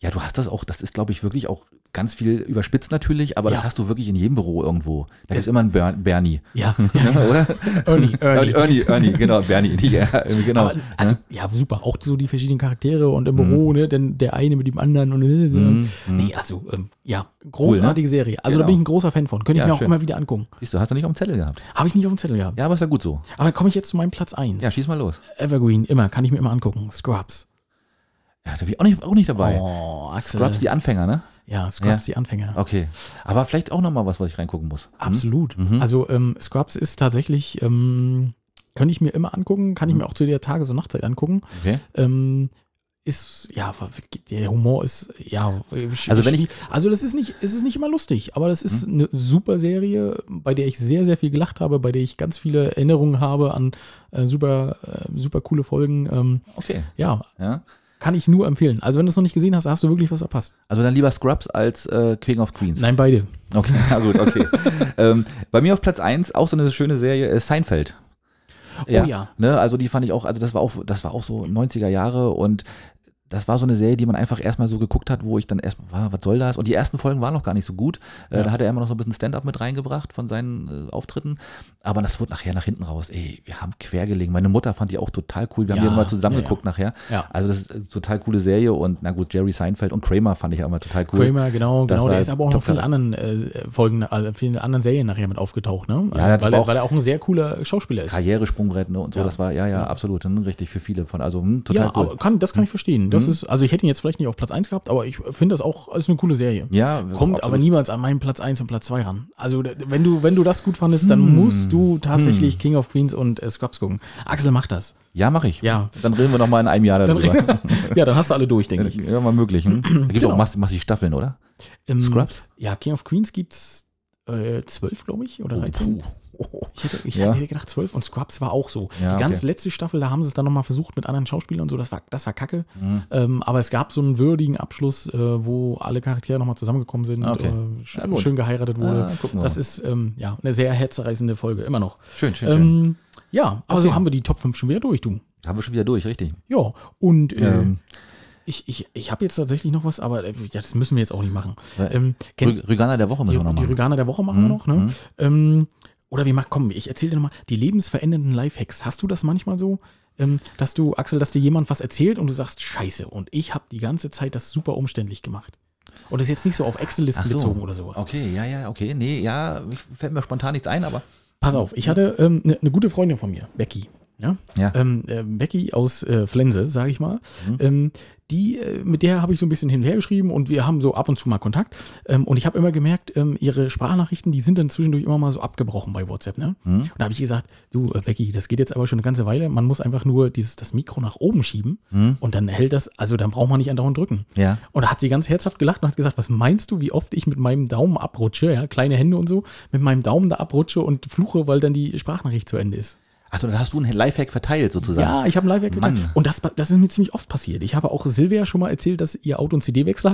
S1: Ja, du hast das auch, das ist, glaube ich, wirklich auch ganz viel überspitzt natürlich, aber das
S2: Ja.
S1: hast du wirklich in jedem Büro irgendwo. Da gibt es immer einen Ber Bernie,
S2: Ja.
S1: ne, oder?
S2: Ernie,
S1: Ernie, Ernie, Ernie, genau, Bernie, nicht, äh, genau.
S2: Aber, also, ja, super. Auch so die verschiedenen Charaktere und im Büro,
S1: Mhm.
S2: ne, denn der eine mit dem anderen und. äh, Nee, also, ähm, ja, großartige Serie. Also,
S1: Genau.
S2: da bin ich ein großer Fan von. Könnte
S1: Ja,
S2: ich mir auch
S1: schön.
S2: immer wieder angucken.
S1: Siehst du, hast du nicht auf dem Zettel gehabt.
S2: Habe ich nicht auf dem Zettel gehabt.
S1: Ja, aber ist ja gut so.
S2: Aber dann komme ich jetzt zu meinem Platz 1.
S1: Ja, schieß mal los.
S2: Evergreen, immer. Kann ich mir immer angucken. Scrubs.
S1: Ja, da bin ich auch nicht, auch nicht dabei.
S2: Oh, Axel.
S1: Scrubs, Mhm. die Anfänger, ne?
S2: ja, Scrubs, die Anfänger.
S1: Okay. Aber vielleicht auch nochmal was, was ich reingucken muss. Hm?
S2: Absolut. Also ähm, Scrubs ist tatsächlich, ähm, könnte ich mir immer angucken, kann ich
S1: Mhm.
S2: mir auch zu der Tages- und Nachtzeit angucken.
S1: Okay.
S2: Ähm, ist, ja, der Humor ist, ja, sch-
S1: Also wenn ich- Mhm.
S2: schwierig. also das ist nicht, es ist nicht immer lustig, aber das ist eine super Serie, bei der ich sehr, sehr viel gelacht habe, bei der ich ganz viele Erinnerungen habe an äh, super, äh, super coole Folgen. Ähm,
S1: Okay.
S2: ja,
S1: Ja.
S2: kann ich nur empfehlen. Also wenn du es noch nicht gesehen hast, hast du wirklich was verpasst.
S1: Also dann lieber Scrubs als äh, King of Queens.
S2: Nein, beide.
S1: Okay, na gut, okay. ähm, bei mir auf Platz 1 auch so eine schöne Serie, äh, Seinfeld.
S2: Oh ja.
S1: Ne, also die fand ich auch, also das war auch, das war auch so 90er Jahre und das war so eine Serie, die man einfach erstmal so geguckt hat, wo ich dann erstmal war, was soll das? Und die ersten Folgen waren noch gar nicht so gut. Äh, Da hat er immer noch so ein bisschen Stand-up mit reingebracht von seinen äh, Auftritten. Aber das wurde nachher nach hinten raus. Ey, wir haben quer gelegen. Meine Mutter fand die auch total cool. Wir haben
S2: Ja,
S1: die immer zusammen
S2: ja, ja.
S1: geguckt nachher.
S2: Ja.
S1: Also das ist eine total coole Serie und na gut, Jerry Seinfeld und Kramer fand ich auch immer total cool.
S2: Kramer, genau,
S1: Das
S2: genau.
S1: war
S2: Der ist aber auch noch
S1: Top-Charakter.
S2: vielen anderen äh, Folgen, also vielen anderen Serien nachher mit aufgetaucht, ne?
S1: Ja, das war
S2: weil, er,
S1: auch-
S2: weil er auch ein sehr cooler Schauspieler ist.
S1: Karrieresprungbrett ne, und so,
S2: Ja.
S1: das war, ja, ja, absolut, hm, richtig für viele von, also hm, total
S2: Ja,
S1: cool.
S2: aber kann, das kann ich verstehen. Das ist, also ich hätte ihn jetzt vielleicht nicht auf Platz 1 gehabt, aber ich finde das auch als eine coole Serie.
S1: ja,
S2: Kommt
S1: absolut.
S2: aber niemals an meinen Platz 1 und Platz 2 ran. Also d- wenn du, wenn du das gut fandest,
S1: Hm.
S2: dann musst du tatsächlich King of Queens und äh, Scrubs gucken. Axel macht das.
S1: Ja, mache ich.
S2: Ja.
S1: Dann reden wir noch mal in einem Jahr darüber.
S2: ja, dann hast du alle durch, denke ich.
S1: Ja, mal möglich. Hm? Da gibt es
S2: Genau.
S1: auch mass- massig Staffeln, oder?
S2: Ähm,
S1: Scrubs?
S2: Ja, King of Queens gibt's äh, 12, glaube ich, oder 13.
S1: Oh.
S2: Ich hätte, ich
S1: Ja.
S2: hätte gedacht 12 und Scrubs war auch so.
S1: Ja,
S2: die ganz
S1: okay.
S2: letzte Staffel, da haben sie es dann nochmal versucht mit anderen Schauspielern und so, das war, das war kacke.
S1: Mhm.
S2: Ähm, aber es gab so einen würdigen Abschluss, äh, wo alle Charaktere nochmal zusammengekommen sind,
S1: Ah, Okay.
S2: äh, sch
S1: Ja, gut.
S2: schön geheiratet wurde.
S1: Ah, gucken wir
S2: das
S1: mal.
S2: ist ähm, ja eine sehr herzerreißende Folge, immer noch.
S1: Schön, schön, schön.
S2: Ähm, ja, aber so
S1: Okay.
S2: haben wir die Top 5 schon wieder durch, du.
S1: Haben wir schon wieder durch, richtig.
S2: Ja, und äh,
S1: Ähm.
S2: ich, ich, ich habe jetzt tatsächlich noch was, aber äh, ja, das müssen wir jetzt auch nicht machen.
S1: Äh,
S2: Ähm, kennt-
S1: Rü- Rüganer der Woche
S2: die,
S1: müssen wir noch
S2: die
S1: machen. Hm,
S2: Rüganer der Woche machen wir noch, ne? Ähm, oder wir machen, komm, ich erzähle dir nochmal, die lebensverändernden Lifehacks. Hast du das manchmal so, ähm, dass du, Axel, dass dir jemand was erzählt und du sagst, scheiße, und ich habe die ganze Zeit das super umständlich gemacht. Und das ist jetzt nicht so auf Excel-Listen bezogen oder sowas.
S1: Okay, ja, ja, okay. Nee, ja, ich- fällt mir spontan nichts ein, aber.
S2: Pass auf, ich hatte eine ähm, ne ne gute Freundin von mir, Becky. Ja?
S1: Ja.
S2: Ähm, äh, Becky aus äh, Flense, sage ich mal. Ähm, die, äh, mit der habe ich so ein bisschen hin und her geschrieben und wir haben so ab und zu mal Kontakt. Ähm, und ich habe immer gemerkt, ähm, ihre Sprachnachrichten, die sind dann zwischendurch immer mal so abgebrochen bei WhatsApp. Ne? Und da habe ich gesagt, du äh, Becky, das geht jetzt aber schon eine ganze Weile. Man muss einfach nur dieses, das Mikro nach oben schieben und dann hält das, also dann braucht man nicht andauernd drücken.
S1: Ja.
S2: Und da hat sie ganz herzhaft gelacht und hat gesagt, was meinst du, wie oft ich mit meinem Daumen abrutsche, ja, kleine Hände und so, mit meinem Daumen da abrutsche und fluche, weil dann die Sprachnachricht zu Ende ist.
S1: Ach, dann hast du einen Lifehack verteilt sozusagen.
S2: Ja, ich habe ein Live-Hack
S1: Mann.
S2: getan. Und das, das ist mir ziemlich oft passiert. Ich habe auch Silvia schon mal erzählt, dass ihr Auto einen CD-Wechsler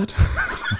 S2: hat,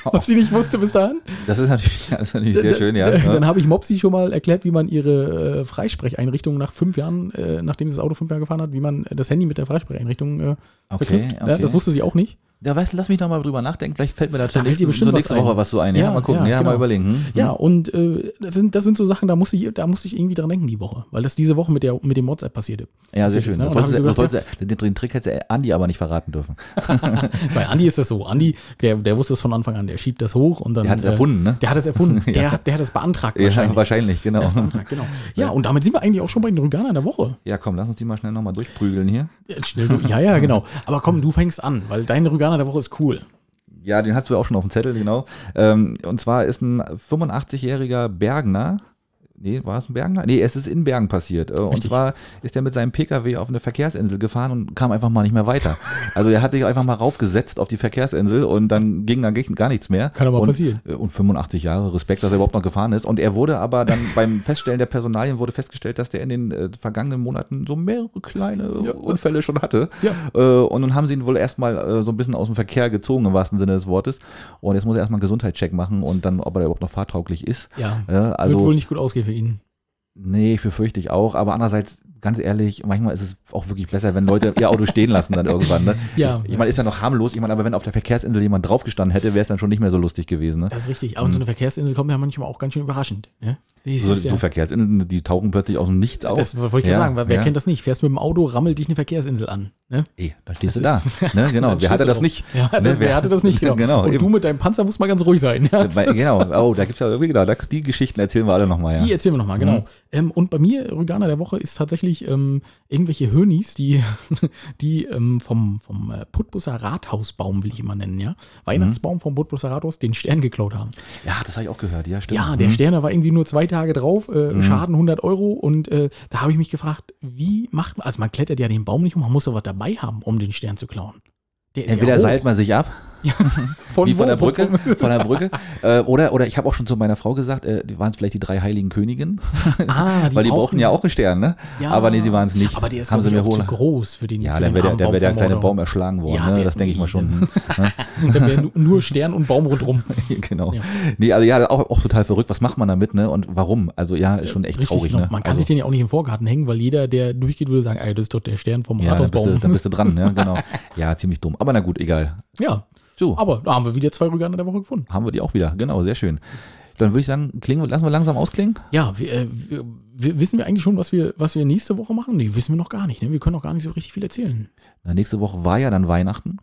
S2: was sie nicht wusste bis dahin.
S1: Das ist natürlich, das ist natürlich sehr schön, ja.
S2: Dann
S1: ja.
S2: habe ich Mopsi schon mal erklärt, wie man ihre äh, Freisprecheinrichtung nach fünf Jahren, äh, nachdem sie das Auto fünf Jahre gefahren hat, wie man äh, das Handy mit der Freisprecheinrichtung äh,
S1: Okay,
S2: verknüpft. Ja,
S1: okay.
S2: das wusste sie auch nicht.
S1: Ja, weißt du, lass mich doch mal drüber nachdenken. Vielleicht fällt mir dazu
S2: Da fällt
S1: nächste,
S2: dir bestimmt
S1: so nächste
S2: was ein.
S1: Woche was so ein. Ja,
S2: Ja,
S1: mal gucken,
S2: ja,
S1: ja,
S2: genau.
S1: mal überlegen. Hm?
S2: Ja, und äh, das, sind, das sind so Sachen, da musste ich, da musste ich irgendwie dran denken die Woche, weil das diese Woche mit, der, mit dem WhatsApp passierte.
S1: Ja, sehr schön.
S2: Passiert ist, Ne?
S1: Das
S2: Und da hab
S1: sollst
S2: ich so
S1: du- das
S2: gedacht,
S1: sollst du- Den den Trick hätte Andi aber nicht verraten dürfen.
S2: ja, bei Andi ist das so. Andi, der, der wusste es von Anfang an, der schiebt das hoch und dann. äh,
S1: Der hat es erfunden, ne?
S2: Der hat es erfunden. Der, hat, der hat es beantragt wahrscheinlich.
S1: Ja, wahrscheinlich, genau.
S2: Der hat es beantragt, genau. Ja, und damit sind wir eigentlich auch schon bei den Rüganern der Woche.
S1: Ja, komm, lass uns die mal schnell nochmal durchprügeln hier.
S2: Ja, Schnell, du- ja, ja, genau. Aber komm, du fängst an, weil dein Rüganer der Woche ist cool.
S1: Ja, den hast du ja auch schon auf dem Zettel, genau. Ähm, und zwar ist ein 85-jähriger Bergner, Nee, war es in Bergen? Nee, es ist in Bergen passiert. Äh, Und
S2: Richtig.
S1: zwar ist er mit seinem Pkw auf eine Verkehrsinsel gefahren und kam einfach mal nicht mehr weiter. Also er hat sich einfach mal raufgesetzt auf die Verkehrsinsel und dann ging dann gar nichts mehr.
S2: Kann aber
S1: und,
S2: passieren.
S1: äh, Und 85 Jahre, Respekt, dass er überhaupt noch gefahren ist. Und er wurde aber dann beim Feststellen der Personalien wurde festgestellt, dass der in den äh, vergangenen Monaten so mehrere kleine Unfälle schon hatte.
S2: Ja.
S1: Äh, und nun haben sie ihn wohl erstmal äh, so ein bisschen aus dem Verkehr gezogen, im wahrsten Sinne des Wortes. Und jetzt muss er erstmal einen Gesundheitscheck machen und dann, ob er überhaupt noch fahrtauglich ist.
S2: Ja.
S1: Äh, also,
S2: Wird wohl nicht gut ausgehen für ihn.
S1: Nee, ich befürchte ich auch. Aber andererseits, ganz ehrlich, manchmal ist es auch wirklich besser, wenn Leute ihr Auto stehen lassen dann irgendwann. Ne?
S2: Ja,
S1: Ich, ich meine, ist ja noch harmlos. Ich meine, aber wenn auf der Verkehrsinsel jemand draufgestanden hätte, wäre es dann schon nicht mehr so lustig gewesen. Ne?
S2: Das ist richtig. Aber so eine Verkehrsinsel kommt ja manchmal auch ganz schön überraschend. Ne? Die
S1: So,
S2: ist ja-
S1: so Also, Verkehrsinseln, die tauchen plötzlich aus dem Nichts auf.
S2: das wollte ich ja,
S1: Ja,
S2: sagen, weil wer
S1: ja.
S2: kennt das nicht? Fährst mit dem Auto, rammelt dich eine Verkehrsinsel an. Ne?
S1: Ey, da stehst
S2: Das
S1: du da. Ne? Genau,
S2: Dann
S1: wer
S2: stehst
S1: hatte
S2: du
S1: das
S2: auf.
S1: nicht?
S2: Ja,
S1: Ne,
S2: das, wer hatte das nicht, genau.
S1: genau,
S2: Und du
S1: eben.
S2: mit deinem Panzer musst mal ganz ruhig sein. Ja,
S1: Weil, genau, oh, da gibt's ja irgendwie, genau, da, die Geschichten erzählen wir alle nochmal. Ja.
S2: Die erzählen wir nochmal, genau.
S1: Mhm.
S2: Ähm, und bei mir, Rüganer der Woche, ist tatsächlich ähm, irgendwelche Hönis, die, die ähm, vom, vom äh, Putbusser Rathausbaum, will ich immer nennen, ja.
S1: Mhm.
S2: Weihnachtsbaum vom Putbusser Rathaus, den Stern geklaut haben.
S1: ja, das habe ich auch gehört. Ja, stimmt.
S2: Ja, der Stern, da war irgendwie nur zwei Tage drauf, äh,
S1: Mhm.
S2: Schaden 100 Euro. Und äh, da habe ich mich gefragt, wie macht man, also man klettert ja den Baum nicht um, man muss ja was dabei haben, um den Stern zu klauen. Der ist
S1: Entweder
S2: hoch.
S1: seilt man sich ab,
S2: von,
S1: wie von
S2: wo?
S1: der Brücke, von der Brücke. äh, oder, oder ich habe auch schon zu meiner Frau gesagt, äh, die waren es vielleicht die drei heiligen Königinnen,
S2: Ah,
S1: weil die brauchten ja auch einen Stern, ne?
S2: Ja.
S1: Aber nee, sie waren es nicht.
S2: Aber der ist
S1: haben sie
S2: glaub
S1: mir
S2: ich, auch
S1: holen.
S2: zu groß für den
S1: Ja,
S2: für
S1: dann
S2: den
S1: wäre der,
S2: armen
S1: dann wär der
S2: vom
S1: kleine
S2: Mordor.
S1: Baum erschlagen worden,
S2: Ja,
S1: ne?
S2: der-
S1: das denke ich mal schon. Hm.
S2: Da wäre nur Stern und Baum rundrum.
S1: genau.
S2: Ja.
S1: Nee, also ja, auch, auch total verrückt. Was macht man damit, ne? Und warum? Also ja, ist schon echt traurig,
S2: genau.
S1: ne?
S2: Man kann
S1: also,
S2: sich den ja auch nicht im Vorgarten hängen, weil jeder, der durchgeht, würde sagen, ey, das ist doch der Stern vom
S1: ja, dann bist, du,
S2: Rathausbaum.
S1: dann bist du dran, ja, genau. Ja, ziemlich dumm. Aber na gut, egal.
S2: ja,
S1: So,
S2: aber da haben wir wieder zwei Rüganer der Woche gefunden.
S1: haben wir die auch wieder. Genau, sehr schön. Dann würde ich sagen, klingen, wir- lassen wir langsam ausklingen.
S2: Ja, wir, äh, wir, wir, wissen wir eigentlich schon, was wir, was wir nächste Woche machen? Nee, wissen wir noch gar nicht. Ne? Wir können noch gar nicht so richtig viel erzählen.
S1: Na, nächste Woche war ja dann Weihnachten.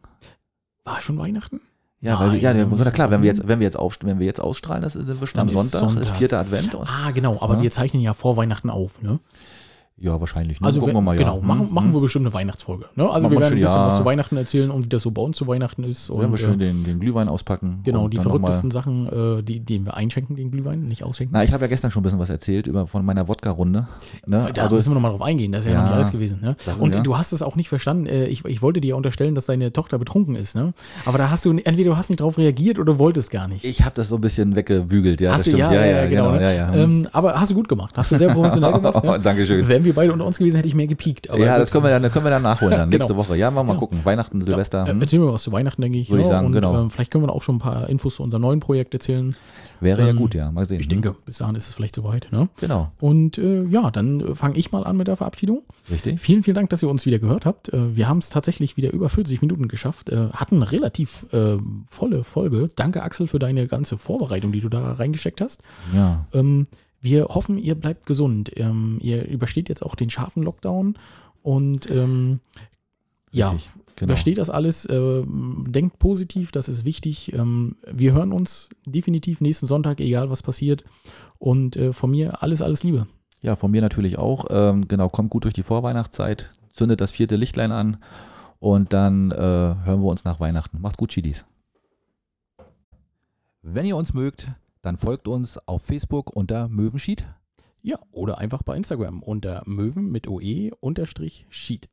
S2: War schon Weihnachten?
S1: Ja, weil wir, ja,
S2: Nein,
S1: ja,
S2: wir müssen
S1: klar, wenn wir
S2: aufnehmen.
S1: jetzt, wenn wir jetzt auf, wenn wir jetzt ausstrahlen, das ist, dann wir schon am
S2: Dann ist
S1: Sonntag, ist
S2: Sonntag.
S1: vierter Advent. Und,
S2: Ah, genau. Aber
S1: Ja.
S2: wir zeichnen ja vor Weihnachten auf. Ne?
S1: ja, wahrscheinlich. ne?
S2: Also
S1: gucken
S2: wir-
S1: wir mal.
S2: genau,
S1: ja.
S2: machen,
S1: Hm,
S2: machen
S1: hm.
S2: wir bestimmt eine Weihnachtsfolge. Ne? Also
S1: Machen
S2: wir
S1: wir
S2: werden ein
S1: schon,
S2: bisschen
S1: ja.
S2: was zu Weihnachten erzählen und wie das so bei uns zu Weihnachten ist.
S1: Werden
S2: Und,
S1: wir schön
S2: äh,
S1: den, den Glühwein auspacken.
S2: genau,
S1: und
S2: die
S1: dann noch mal-
S2: verrücktesten Sachen, äh, die, die wir einschenken, den Glühwein, nicht ausschenken.
S1: Na, ich habe ja gestern schon ein bisschen was erzählt über, von meiner Wodka-Runde. Ne?
S2: Da müssen wir nochmal drauf eingehen, das ist ja, noch
S1: Ja.
S2: nicht alles gewesen. Ne?
S1: Das ist-
S2: Und
S1: ja.
S2: du hast es auch nicht verstanden. Äh, Ich, ich wollte dir ja unterstellen, dass deine Tochter betrunken ist. Ne? Aber da hast du, entweder du hast nicht drauf reagiert oder wolltest gar nicht.
S1: ich habe das so ein bisschen weggebügelt. Ja,
S2: hast
S1: das stimmt. ja, ja, genau.
S2: ne?
S1: ja, ja.
S2: Ähm, aber hast du gut gemacht. Hast du sehr professionell gemacht. Ne?
S1: Dankeschön.
S2: Wären wir beide unter uns gewesen, hätte ich mehr gepiekt. aber
S1: ja,
S2: gut.
S1: das können wir dann, können wir dann nachholen dann nächste
S2: Genau.
S1: Woche. Ja, machen wir mal gucken. Weihnachten, Silvester.
S2: Äh,
S1: hm,
S2: Erzählen wir was zu Weihnachten, denke ich.
S1: Würde ich sagen,
S2: und,
S1: genau.
S2: ähm, vielleicht können wir dann auch schon ein paar Infos zu unserem neuen Projekt erzählen.
S1: wäre ja
S2: ähm,
S1: gut, ja. Mal sehen. hm.
S2: Ich denke, bis dahin ist es vielleicht soweit. Ne?
S1: Genau,
S2: Und äh, ja, dann fange ich mal an mit der Verabschiedung.
S1: richtig.
S2: Vielen, vielen Dank, dass ihr uns wieder gehört habt. Äh, Wir haben es tatsächlich wieder über 40 Minuten geschafft, äh, hatten eine relativ äh, volle Folge. Danke, Axel, für deine ganze Vorbereitung, die du da reingesteckt hast.
S1: Ja.
S2: Ähm, Wir hoffen, ihr bleibt gesund. Ähm, Ihr übersteht jetzt auch den scharfen Lockdown und ähm, ja,
S1: Richtig, genau.
S2: Versteht das alles, ähm, denkt positiv, das ist wichtig. Ähm, wir hören uns definitiv nächsten Sonntag, egal was passiert. Und äh, von mir alles, alles Liebe.
S1: Ja, von mir natürlich auch. Ähm, genau, kommt gut durch die Vorweihnachtszeit, zündet das vierte Lichtlein an und dann äh, hören wir uns nach Weihnachten. Macht gut, Chidis. Wenn ihr uns mögt, dann folgt uns auf Facebook unter Möwenschied.
S2: Ja, oder einfach bei Instagram unter Möwen mit OE E unterstrich Sheet.